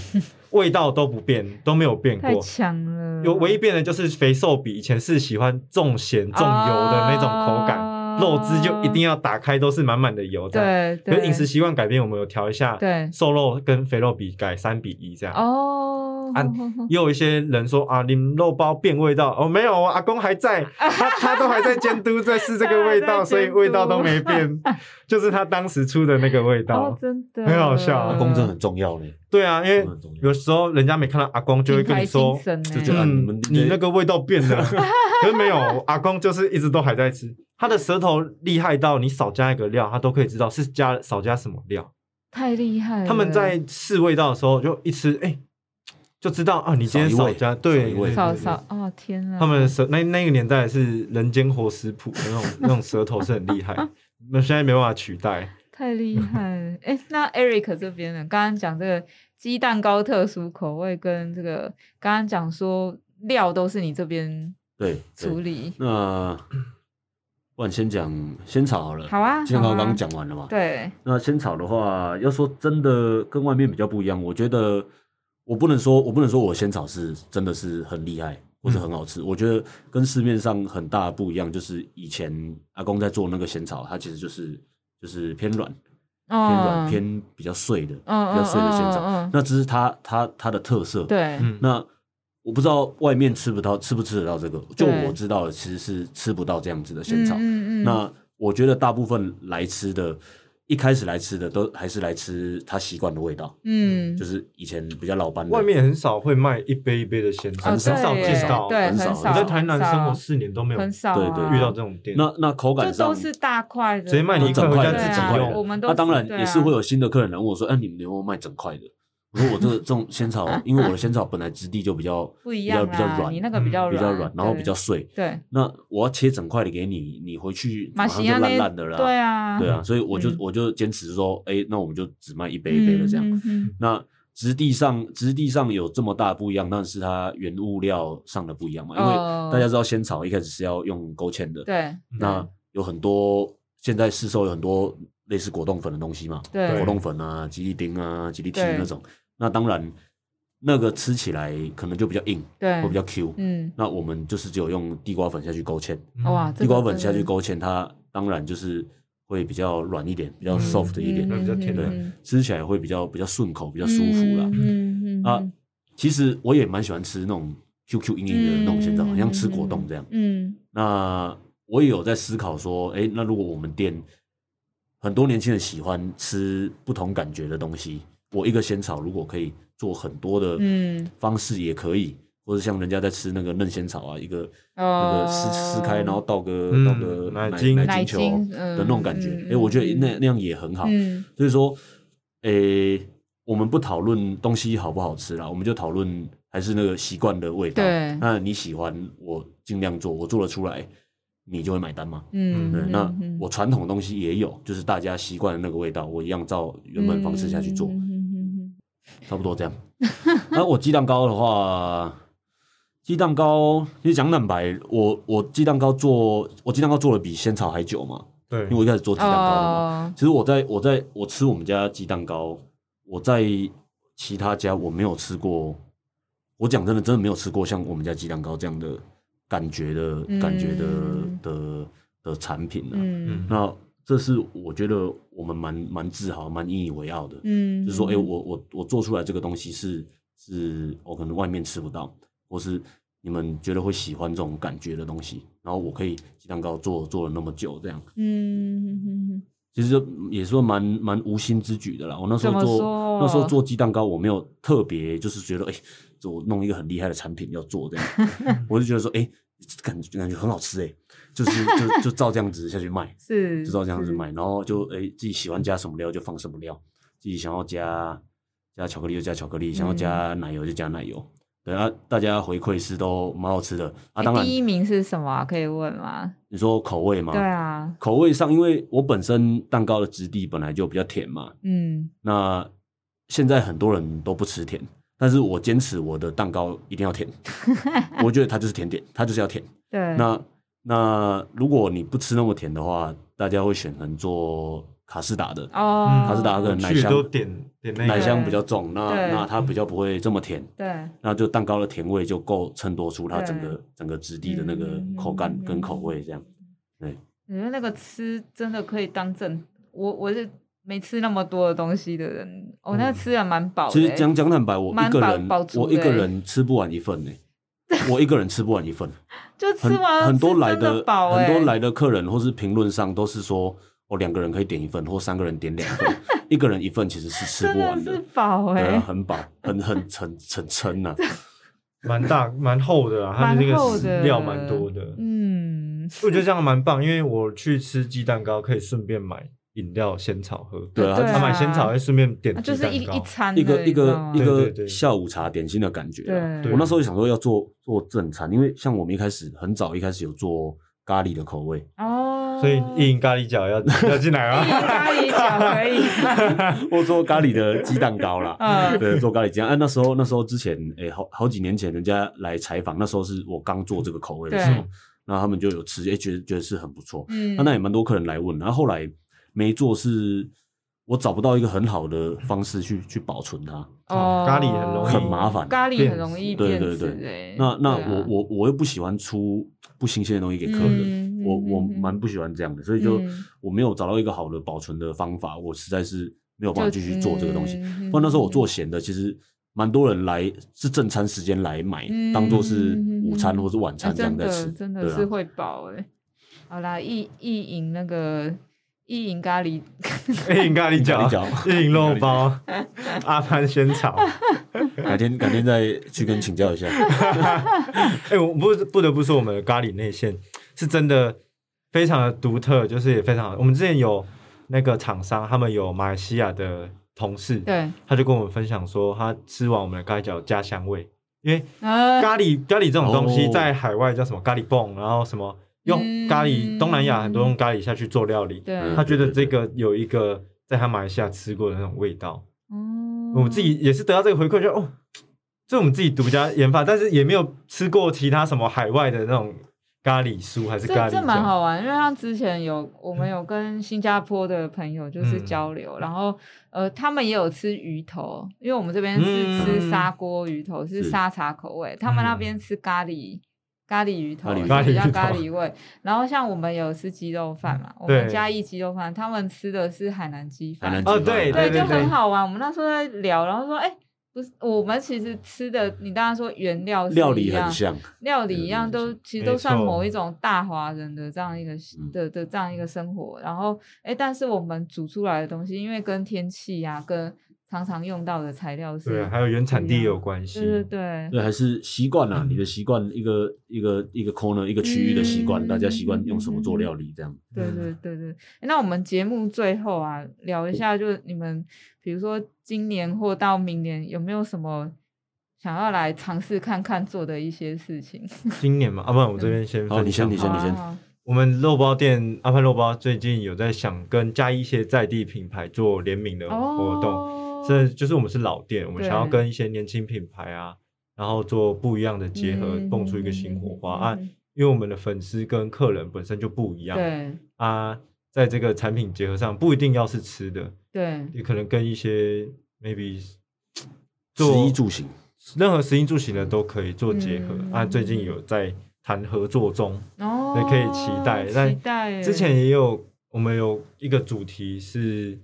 B: 味道都不变，都没有变
A: 嗯太
B: 过。
A: 强了，
B: 有唯一变的就是肥瘦比，以前是喜欢重咸重油的那种口感，
A: 啊啊
B: 肉汁就一定要打开，都是满满的油这样。
A: 对
B: 可是
A: 对
B: 饮食习惯改变，我们有调一下，
A: 对
B: 瘦肉跟肥肉比改三比一这 样。
A: 哦，
B: 啊也有一些人说啊，你们肉包变味道哦，没有，我阿公 还在，他他都还在监督在试这个味
A: 他还
B: 道，
A: 在
B: 所以
A: 监督
B: 味道都没变，就是他当时出的那个味
A: 哦
B: 道，。
A: 真的
B: 很好笑啊
C: 阿公
A: 嗯
C: 真的很重要呢，
B: 对啊，因为
C: 真的很重要。
B: 有时候人家没看到阿公，就会跟你说，嗯
A: 这
C: 这就啊你们
B: 你那个味道变 了，可是没有，阿公就是一直都还在吃，他的舌头厉害到你少加一个料，他都可以知道是加少加什么料。
A: 太厉害了。
B: 他们在试味道的时候就一吃，哎、就知道啊，你今天
C: 少一
B: 少
C: 味
B: 加
C: 少
B: 对
C: 一味
B: 对
A: 少
B: 对
A: 少哦，天啊！
B: 他们的舌那那个年代是人间活食谱的那种 那种舌头是很厉害，那现在没办法取代。
A: 太厉害了。哎，那 Eric 这边呢？刚刚讲这个鸡蛋糕特殊口味跟这个，刚刚讲说料都是你这边
C: 对
A: 处
C: 对，
A: 理。
C: 那不然先讲仙草好了。
A: 好啊，
C: 仙草
A: 好啊
C: 刚刚讲完了嘛？
A: 对，
C: 那仙草的话，要说真的跟外面比较不一样，我觉得我不能说，我不能说我仙草是真的是很厉害或
A: 嗯
C: 是很好吃。我觉得跟市面上很大的不一样，就是以前阿公在做那个仙草，它其实就是就是偏软、偏软、
A: 嗯，
C: 偏比较碎的、
A: 嗯
C: 比较碎的仙草。
A: 嗯嗯嗯
C: 那只是它它它的特色。
A: 对，
B: 嗯，
C: 那我不知道外面吃不到吃不吃得到这个，就
A: 对
C: 我知道的其实是吃不到这样子的仙草。
A: 嗯嗯嗯，
C: 那我觉得大部分来吃的，一开始来吃的都还是来吃他习惯的味道，
A: 嗯
C: 就，是以前比较老班的。
B: 外面很少会卖一杯一杯的鲜
A: 哦
B: 草，
C: 很
B: 很少
A: 对耶
B: 见到。
A: 对，
C: 很少
A: 少。
B: 我在台南生活
A: 少
B: 四年都没有
A: 很少啊，
C: 对对
B: 遇到这种店。
C: 那那口感
A: 就都
C: 上，
A: 是大块的，
B: 直接卖你一
C: 整
B: 块
C: 块
B: 回
C: 的
B: 家自
A: 对
B: 己
A: 啊
B: 用。
A: 我们都
C: 那、当然
A: 对啊
C: 也是会有新的客人来问我说：“哎、你们有没有卖整块的？”我说：“我这这 种仙草，因为我的仙草本来质地就比较
A: 不一样
C: 比较比
A: 啦
C: 较软，嗯
A: 你那个比较
C: 比较软，然后比较
A: 对
C: 碎。
A: 对，
C: 那我要切整块的给你，你回去马
A: 马
C: 上
A: 西
C: 就
A: 亚
C: 烂
A: 那
C: 烂的啦。
A: 对啊，
C: 对啊，所以我就、
A: 嗯
C: 我就坚持说，哎、那我们就只卖一杯一
A: 嗯，
C: 杯的这样。
A: 嗯嗯
C: 那质地上质地上有这么大不一样，但是它原物料上的不一样嘛，因
A: 哦
C: 为大家知道仙草一开始是要用勾芡的，
A: 对
B: 嗯
C: 那有很多现在市售有很多类似果冻粉的东西嘛，
A: 对
C: 果冻粉啊、吉利丁啊、吉利 T
A: 对
C: 那种，那当然那个吃起来可能就比较硬，
A: 对，
C: 会比较 Q。
A: 嗯，
C: 那我们就是只有用地瓜粉下去勾芡，
B: 嗯
A: 哇，这
C: 地瓜
A: 个
C: 粉
A: 真
C: 下去
A: 的
C: 勾芡，它当然就是会比较软一点，比较
B: 嗯
C: soft 一点，
B: 会比较甜
C: 对
A: 嗯
C: 吃起来会比较比较顺口，比较舒服啦。
A: 嗯嗯嗯
C: 啊其实我也蛮喜欢吃那种 QQ 硬硬的那种鲜枣，好像吃果冻这样。
A: 嗯
C: 那我也有在思考说，哎，那如果我们店很多年轻人喜欢吃不同感觉的东西，我一个仙草如果可以做很多的
A: 嗯，
C: 方式也可以，或者像人家在吃那个嫩仙草啊，一个那
A: 哦
C: 个撕撕开然后倒个
B: 嗯
C: 倒个
B: 奶
C: 精
B: 精
C: 奶
A: 奶
C: 精球
A: 精
C: 的那种感
A: 嗯嗯
C: 觉，
A: 嗯
C: 哎，我觉得
A: 嗯
C: 那那样也很好。
A: 嗯
C: 所以说，诶、我们不讨论东西好不好吃啦，我们就讨论还是那个习惯的味道。
A: 对
C: 那你喜欢，我尽量做，我做得出来，你就会买单嘛。
A: 嗯，
C: 对，
A: 嗯
C: 那
A: 嗯
C: 我传统的东西也有，就是大家习惯的那个味道，我一样照原本方式下去做，
A: 嗯嗯嗯嗯
C: 差不多这样。 那我鸡蛋糕的话，鸡蛋糕，你讲蛋白，我我鸡蛋糕做，我鸡蛋糕做的比仙草还久嘛，
B: 对
C: 因为，我一开始做
A: 嗯
C: 鸡蛋糕的嘛。
A: 哦
C: 其实我在我在我吃我们家鸡蛋糕，我在其他家我没有吃过。我讲真的，真的没有吃过像我们家鸡蛋糕这样的感觉的、
A: 嗯
C: 感觉的的的产品呢、
A: 嗯
C: 那这是我觉得我们蛮蛮自豪、蛮引以为傲的，
A: 嗯，
C: 就是说，哎、
A: 嗯
C: 我我我做出来这个东西是是我可能外面吃不到，或是你们觉得会喜欢这种感觉的东西，然后我可以鸡蛋糕做做了那么久这样。
A: 嗯嗯嗯嗯
C: 其实就也说蛮蛮无心之举的啦。我那时
A: 怎
C: 候
A: 么
C: 做
A: 说
C: 那时候做鸡蛋糕，我没有特别就是觉得哎，这我弄一个很厉害的产品要 做这样，我就觉得说哎，感觉感觉很好吃哎，就是就就照这样子下去卖，
A: 是
C: 就照这样子
A: 是
C: 卖，然后就哎自己喜欢加什么料就放什么料，自己想要加加巧克力就加巧克力，想要
A: 嗯
C: 加奶油就加奶油。对啊，大家回馈是都蛮好吃的啊。
A: 哎
C: 当然
A: 第，一名是什么啊？可以问吗？
C: 你说口味嘛，
A: 对啊，
C: 口味上，因为我本身蛋糕的质地本来就比较甜嘛，
A: 嗯
C: 那现在很多人都不吃甜，但是我坚持我的蛋糕一定 要甜，我觉得它就是甜点，它就是要甜。
A: 对，
C: 那那如果你不吃那么甜的话，大家会选成做卡士达的，
A: 哦，
C: 卡士达跟奶
B: 去
C: 香
B: 都点点那
C: 奶
B: 个，
C: 香比较重，那
A: 对
C: 那它比较不会这么甜，
A: 对
C: 那就蛋糕的甜味就够衬托出它整
A: 对嗯
C: 个整个质地的那个口感跟口味这样。对，
A: 我觉得那个吃真的可以当正，我我是没吃那么多的东西的人，我、那个吃的蛮饱的、
C: 嗯其
A: 欸。
C: 实讲讲坦白，我一
A: 蛮
C: 个
A: 饱
C: 人
A: 饱足
C: 我一
A: 的
C: 个
A: 欸
C: 人吃不完 一份呢、我一个人吃不完一份。
A: 就吃
C: 很
A: 完
C: 很多
A: 是
C: 来
A: 真的
C: 的
A: 饱、欸，
C: 很多来的客人或是评论上都是说，哦，两个人可以点一份，或三个人点两 份，一个人一份其实是吃
A: 真
C: 不
A: 的
C: 完
A: 是
C: 的，
A: 饱哎、
C: 对啊
A: 欸，
C: 很饱，很很很很撑啊呐。
B: 蛮大 蛮厚的啦，它的
A: 蛮
B: 那
A: 厚
B: 个
A: 的
B: 饲料蛮多的，
A: 嗯，
B: 我觉得这样蛮棒，因为我去吃鸡蛋糕可以顺便买饮料仙草喝，
C: 对啊，
A: 对
B: 他
A: 啊
B: 买仙草还顺便点
A: 啊
B: 鸡
A: 就是一
B: 蛋
A: 一
B: 糕，
A: 餐
C: 一个
A: 的
C: 一
A: 你知
C: 个
A: 道吗
C: 一
B: 对对
C: 个
B: 对
C: 下午茶点心的感觉啦。
A: 对
B: 对
C: 我那时候想说要做做正餐，因为像我们一开始很早一开始有做咖喱的口味，
A: 哦，
B: 所以一饮咖喱饺要要进来
A: 一
B: 啊，
A: 咖喱饺 可以，
C: 我做咖喱的鸡蛋糕啦。
A: 嗯，
C: 对，做咖喱鸡蛋。哎、那时候那时候之前，哎、好好几年前，人家来采访，那时候是我刚做这个口味的时候
A: 对，
C: 然后他们就有吃，哎、觉得觉得是很不错。
A: 嗯
C: 啊那、那也蛮多客人来问，啊然后后来没做是，我找不到一个很好的方式去去保存它，
A: 哦
B: 咖喱很容易
C: 很麻烦。
A: 咖喱很容易
C: 变质
A: 变质
C: 对对
A: 哎，
C: 那那
A: 对啊
C: 我、我我又不喜欢出不新鲜的东西给客人，
A: 嗯
C: 我我
A: 嗯嗯嗯
C: 蛮不喜欢这样的，所以就、
A: 嗯
C: 我没有找到一个好的保存的方法，我实在是没有办法
A: 就
C: 继续做这个东西。
A: 嗯
C: 不然那时候我做咸的，其实蛮多人来是正餐时间来买，
A: 嗯
C: 当做是午餐
A: 嗯
C: 或是晚
A: 哎
C: 餐这样在吃，
A: 真的真
C: 对
A: 的
C: 啊
A: 是会饱哎、好啦，意意饮那个意饮咖喱，
B: 一饮咖喱
C: 咖
B: 饺，
C: 喱饺
B: 一饮肉包，阿潘仙草。
C: 改天改天再去跟请教 一下。
B: 哎、我不不得不说，我们的咖喱内馅是真的非常的独特，就是也非常。我们之前有那个厂商，他们有马来西亚的同事，
A: 对，
B: 他就跟我们分享说，他吃完我们的咖喱饺加香味，因为
A: 呃，
B: 咖喱咖喱这种东西
C: 哦
B: 在海外叫什么咖喱泵，然后什么用咖喱，
A: 嗯
B: 东南亚很多用咖喱下去做料理，
A: 对，
C: 嗯
B: 他觉得这个有一个在他马来西亚吃过的那种味道。
A: 哦
B: 我自己也是得到这个回馈，就哦，这我们自己独家研发，但是也没有吃过其他什么海外的那种咖喱酥还是咖
A: 这
B: 喱
A: 这蛮
B: 酱。
A: 好玩，因为像之前有我们有跟新加坡的朋友就是交流，然后呃他们也有吃鱼头，因为我们这边是吃
B: 嗯
A: 砂锅鱼头，是
C: 是
A: 沙茶口味，他们那
B: 嗯
A: 边吃咖喱。咖喱鱼头
C: 咖喱鱼
A: 就比较
B: 头
A: 咖喱味，然后像我们有吃鸡肉饭嘛，我
B: 对
A: 们嘉义鸡肉饭，他们吃的是海南鸡
C: 海
A: 饭
C: 南，
B: 哦，
C: 鸡饭
B: 对
A: 对，
B: 对
A: 就很好玩。我们那时候在聊，然后说，哎、不是，我们其实吃的，你当然说原料是
C: 料
A: 一
C: 理
A: 样
C: 很像，
A: 料理一样
C: 对对
A: 都其实
B: 没
A: 都算
B: 错
A: 某一种大华人的这样一个
C: 嗯
A: 的的这样一个生活。然后，哎，但是我们煮出来的东西，因为跟天气呀、跟常常用到的材料是，
B: 对啊，还有原产地也有关
A: 嗯
B: 系。
A: 对对对，
C: 对，还是习惯
A: 嗯
C: 啦，你的习惯一个一个一个 corner 一个区域的习惯，
A: 嗯
C: 大家习惯用什么做料理这样。
A: 对
B: 嗯
A: 对对对，那我们节目最后啊，聊一下，就是你们比如说今年或到明年有没有什么想要来尝试看看做的一些事情？
B: 今年嘛，啊，不然我这边先
C: 好
B: 分
C: 你
B: 享
C: 先你
A: 好
C: 先
A: 啊
C: 先
A: 好啊
B: 我们肉包店阿潘肉包最近有在想跟加一些在地品牌做联名的活动，
A: 哦，
B: 这、就是我们是老店，我们
A: 对
B: 想要跟一些年轻品牌啊，然后做不一样的结合，蹦出一个新火花啊。
A: 哦嗯
B: 因为我们的粉丝跟客人本身就不一样，
A: 对
B: 啊，在这个产品结合上，不一定要是吃的，
A: 对，
B: 也可能跟一些 maybe
C: 食
B: 做
C: 衣住行，
B: 任何食衣住行的都可以做结合。
A: 嗯
B: 啊，最近有在谈合作中，
A: 哦，
B: 对可以期待但
A: 期待耶
B: 之前也有我们有一个主题是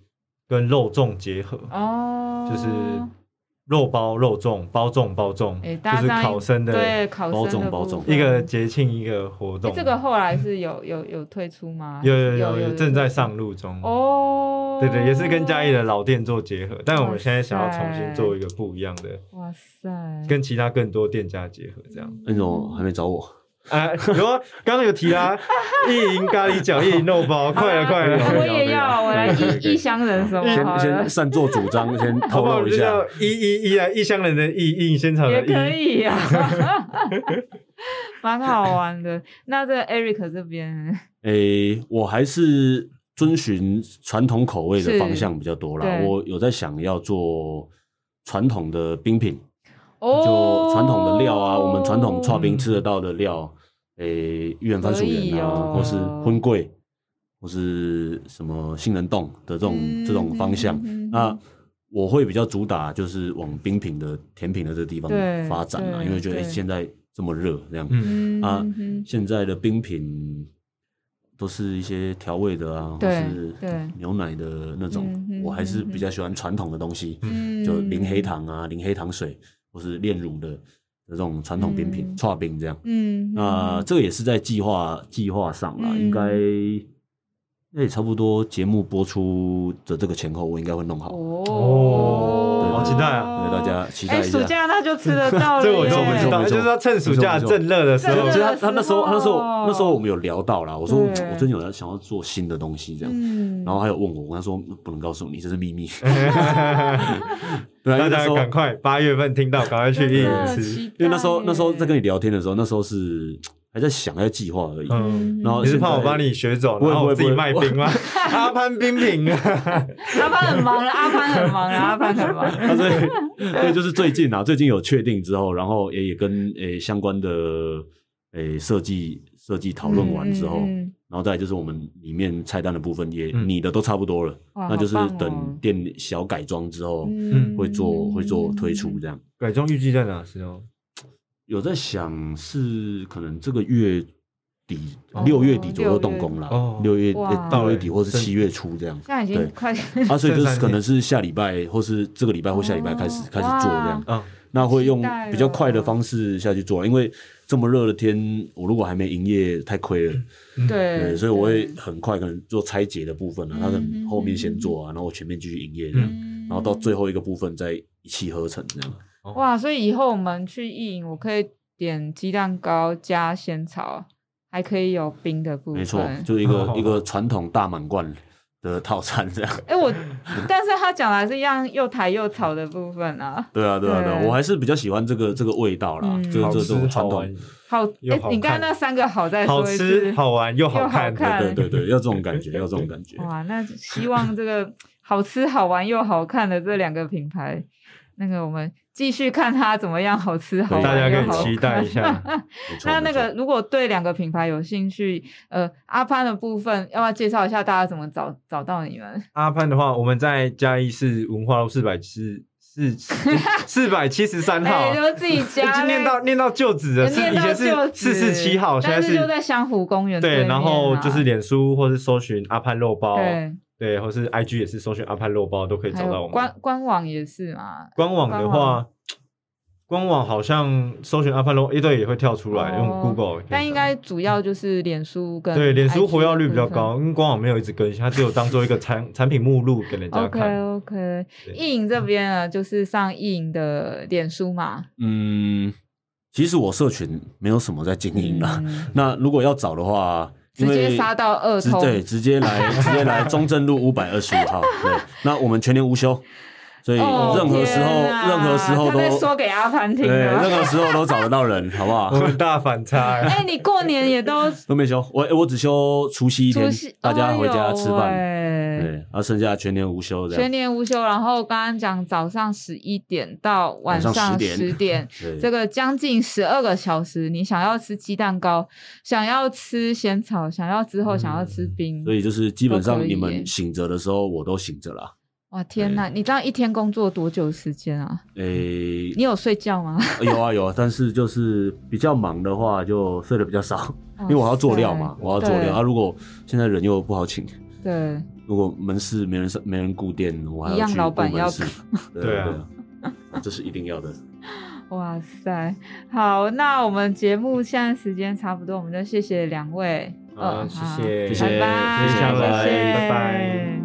B: 跟肉粽结合，
A: 哦，
B: 就是肉包肉粽，包粽包粽，
A: 诶大
B: 就
A: 家这样
B: 是考生的
A: 对考
C: 包
A: 生
C: 粽
A: 的
C: 包
A: 部
C: 粽
A: 分
B: 一个节庆一个活动。
A: 诶这个后来是有有有退出吗？
B: 有
A: 有
B: 有有有正在上路中。
A: 哦，
B: 对对，也是跟嘉义的老店做结合，但我们现在想要重新做一个不一样的，
A: 哇塞，
B: 跟其他更多店家结合这样。
A: 嗯
C: 那种还没找我，
B: 啊，有啊，刚刚有提啦、一银咖喱饺，一银肉包，快了快
A: 好啦啊我
B: 了，
A: 也要，我来异异乡人什么好
C: 先
A: 了
C: 先，擅作主张， 先
B: 好
C: 透
B: 不好？我
C: 露
B: 们就
C: 一下
B: 叫。一一一啊，异乡人的异，一现场
A: 也
B: 的
A: 可
B: 一，
A: 以啊，蛮好玩的。那这个 Eric 这边，
C: 诶、我还是遵循传统口味的
A: 是
C: 方向比较多啦。
A: 对
C: 我有在想要做传统的冰品，
A: 哦，
C: 就传统的料啊，我们传统刨冰
B: 嗯
C: 吃得到的料，诶、芋圆番薯
A: 可
C: 圆
A: 以
C: 啊，
A: 哦
C: 或是荤桂，或是什么杏仁冻的这种、这种方向。
A: 嗯嗯嗯嗯
C: 那我会比较主打就是往冰品的甜品的这个地方
A: 对
C: 发展啊，
A: 对
C: 因为觉得、诶
A: 对
C: 啊现在这么热这样。
B: 嗯，
A: 嗯
C: 啊
A: 嗯
C: 现在的冰品都是一些调味的啊，或
A: 对
C: 是
A: 对
C: 牛奶的那种
A: 嗯，哼
C: 我还是比较喜欢传统的东西，
A: 嗯
C: 就零黑，糖啊、零黑糖水，或是炼乳的这种传统饼品、
A: 嗯
C: 串饼这样。
A: 嗯，
C: 那这个也是在计划计划上啦，
A: 嗯
C: 应该那也差不多节目播出的这个前后，我应该会弄好，
A: 哦，
B: 好期待啊
C: 对大家期待
A: 哎，
C: 一下。
A: 暑假那就吃得 到了
B: 这
A: 耶，
B: 我就不知道，
C: 没错
B: 就是要趁暑假
C: 没错没错
B: 正热的时
A: 真
B: 候
A: 的
C: 所以他他那时候他那时候
A: 时候
C: 那时候我们有聊到啦，我说我
A: 对
C: 最近有在想要做新的东西这样，
A: 嗯，
C: 然后还有问我，我跟他说不能告诉你，这是 秘密。对啊，因
B: 大
C: 为那
B: 家
C: 时候
B: 赶快八月份听到，赶快去一
A: 真的
B: 营吃。
A: 期待
C: 因为那时候那时候在跟
A: 耶
C: 你聊天的时候，那时候是还在想还在计划而已。
B: 嗯，
C: 然后
B: 你是
C: 现在
B: 怕我把你学走，
C: 不会
B: 然后我
C: 不
B: 自
C: 会
B: 己
C: 不会
B: 卖冰吗？ 阿潘冰品 啊，
A: 阿潘很忙了，啊阿潘很 忙了，阿潘很忙了。
C: 那 所以所以就是最近啊，最近有确定之后，然后也也跟诶、相关的诶设计设计讨论完之后，
A: 嗯嗯嗯
C: 然后再来就是我们里面菜单的部分也、
B: 嗯
C: 你的都差不多了，
A: 哇
C: 那就是
A: 好棒哦
C: 等店小改装之后、
A: 嗯
C: 会做会做推出这样。
B: 改装预计在哪时候？
C: 有在想是可能这个月底
A: 哦
C: 六月底左右动工
B: 哦
C: 啦，六月
A: 哇
C: 呃到六月底或是七月初这样。
A: 现在已
C: 对
A: 经 快
C: 啊，所以
B: 剩
C: 就
B: 三天
C: 是可能是下礼拜，或是这个礼拜或下礼拜开始、
A: 哦
C: 开始做这样
A: 哇。
B: 啊，
C: 那会用
A: 期待哦了
C: 比较快的方式下去做，因为这么热的天，我如果还没营业太亏了，
A: 嗯对
C: 对，，所以我会很快可能做拆解的部分啊，
A: 嗯
C: 那可能后面先做啊，然后我前面继续营业这样，
A: 嗯
C: 然后到最后一个部分再一气呵成这样。
A: 哇，所以以后我们去意营，我可以点鸡蛋糕加仙草，还可以有冰的部分。
C: 没错，就是一个
B: 哦
C: 一个传统大满贯的套餐这样。
A: 哎、我，但是他讲的还是一样又台又草的部分啊，
C: 对啊，对啊，对啊，
A: 对
C: 我还是比较喜欢这个这个味道啦，
A: 嗯
C: 就是
B: 好
C: 这这
B: 吃
C: 种传
B: 好
C: 统
B: 玩，，
A: 好，
B: 又
A: 哎、
B: 好
A: 你刚
B: 看
A: 刚那三个好再
B: 好
A: 说一
B: 吃
A: 次，
B: 好玩又好看
A: 又好，看
C: 对对对，要这种感觉，要这种感觉。
A: 哇，那希望这个好吃好玩又好看的这两个品牌，那个我们继续看它怎么样好吃好
C: 对
B: 大
A: 玩
B: 家
A: 又
B: 可
A: 好
B: 以期待一下。
C: 没错
A: 那
C: 没
A: 那
C: 错
A: 个如果对两个品牌有兴趣，呃，阿潘的部分，要不要介绍一下大家怎么找找到你们？
B: 阿潘的话，我们在嘉义市文化路四百四四 四百七十三号
A: 哎、
B: 啊，
A: 就自 己
B: 已
A: 家
B: 经念到念哦到旧址了，是
A: 念
B: 以
A: 到就
B: 前
A: 是
B: 四四七号，现在
A: 但是就在湘湖公园
B: 对，
A: 对
B: 然后
A: 面啊
B: 就是脸书或是搜寻阿潘肉包，
A: 对，
B: 对，或是 IG 也是搜寻阿潘肉包都可以
A: 还
B: 找到
A: 有
B: 我们。
A: 官官网也是嘛，
B: 官网的
A: 官
B: 话，官网好像搜寻阿潘肉一对也会跳出来，
A: 哦
B: 用 Google 也可以找到。
A: 但应该主要就是脸书跟
B: 对脸书
A: IG
B: 活跃率比较
A: 的部分
B: 高，因为官网没有一直更新，它只有当做一个产 产品目录给人家
A: OK
B: 看。
A: OK，
B: 对嗯
A: 意影这边呢，就是上意影的脸书嘛。
C: 嗯，其实我社群没有什么在经营啦。
A: 嗯
C: 那如果要找的话，
A: 直
C: 因为
A: 接杀到二
C: 直
A: 通
C: 对，直接来 直接来中正路五百二十五号。对，那我们全年无休，所以
A: 哦
C: 任何时候、
A: 天啊
C: 任何时候
A: 他在
C: 都
A: 说给阿潘听
C: 对，任
A: 的。
C: 何时候都找得到人，好不
B: 我
C: 好？
B: 们大反差、欸，
A: 哎，你过年也都
C: 都没休，我我只休除夕 一天
A: 出席，
C: 大家回家吃饭。
A: 哎呦喂
C: 对，然后剩下全年无休这
A: 全
C: 样。
A: 年无休，然后刚刚讲早上十一点到晚
C: 晚上
A: 上
C: 10点
A: 十点，
C: 对，
A: 这个将近十二个小时，你想要吃鸡蛋糕，想要吃仙草，想要之后想要吃冰，
C: 所以就是基本
A: 都可嗯
C: 上
A: 以
C: 你
A: 耶
C: 们醒着的时候，我都醒着啦。
A: 哇天呐，你这样一天工作多久时间 啊？
C: 诶、
A: 你有睡觉吗？
C: 有哎啊有啊，但是就是比较忙的话，就睡得比较
A: 哦
C: 少，因为我要做料嘛，我要做料啊。如果现在人又不好请，
A: 对，
C: 如果门市没人上没人顾店，我还
A: 一
C: 要
A: 样
C: 去
A: 老
C: 顾
A: 板
C: 门
A: 要
C: 市
B: 对
C: 对
B: 啊
C: 啊，对啊这是一定要的。
A: 哇塞，好，那我们节目现在时间差不多，我们就谢谢两位，
B: 好，
A: 嗯
B: 谢谢，
C: 谢谢
A: 拜拜，
B: 谢谢
A: 谢
B: 香
A: 谢
B: 兰拜拜。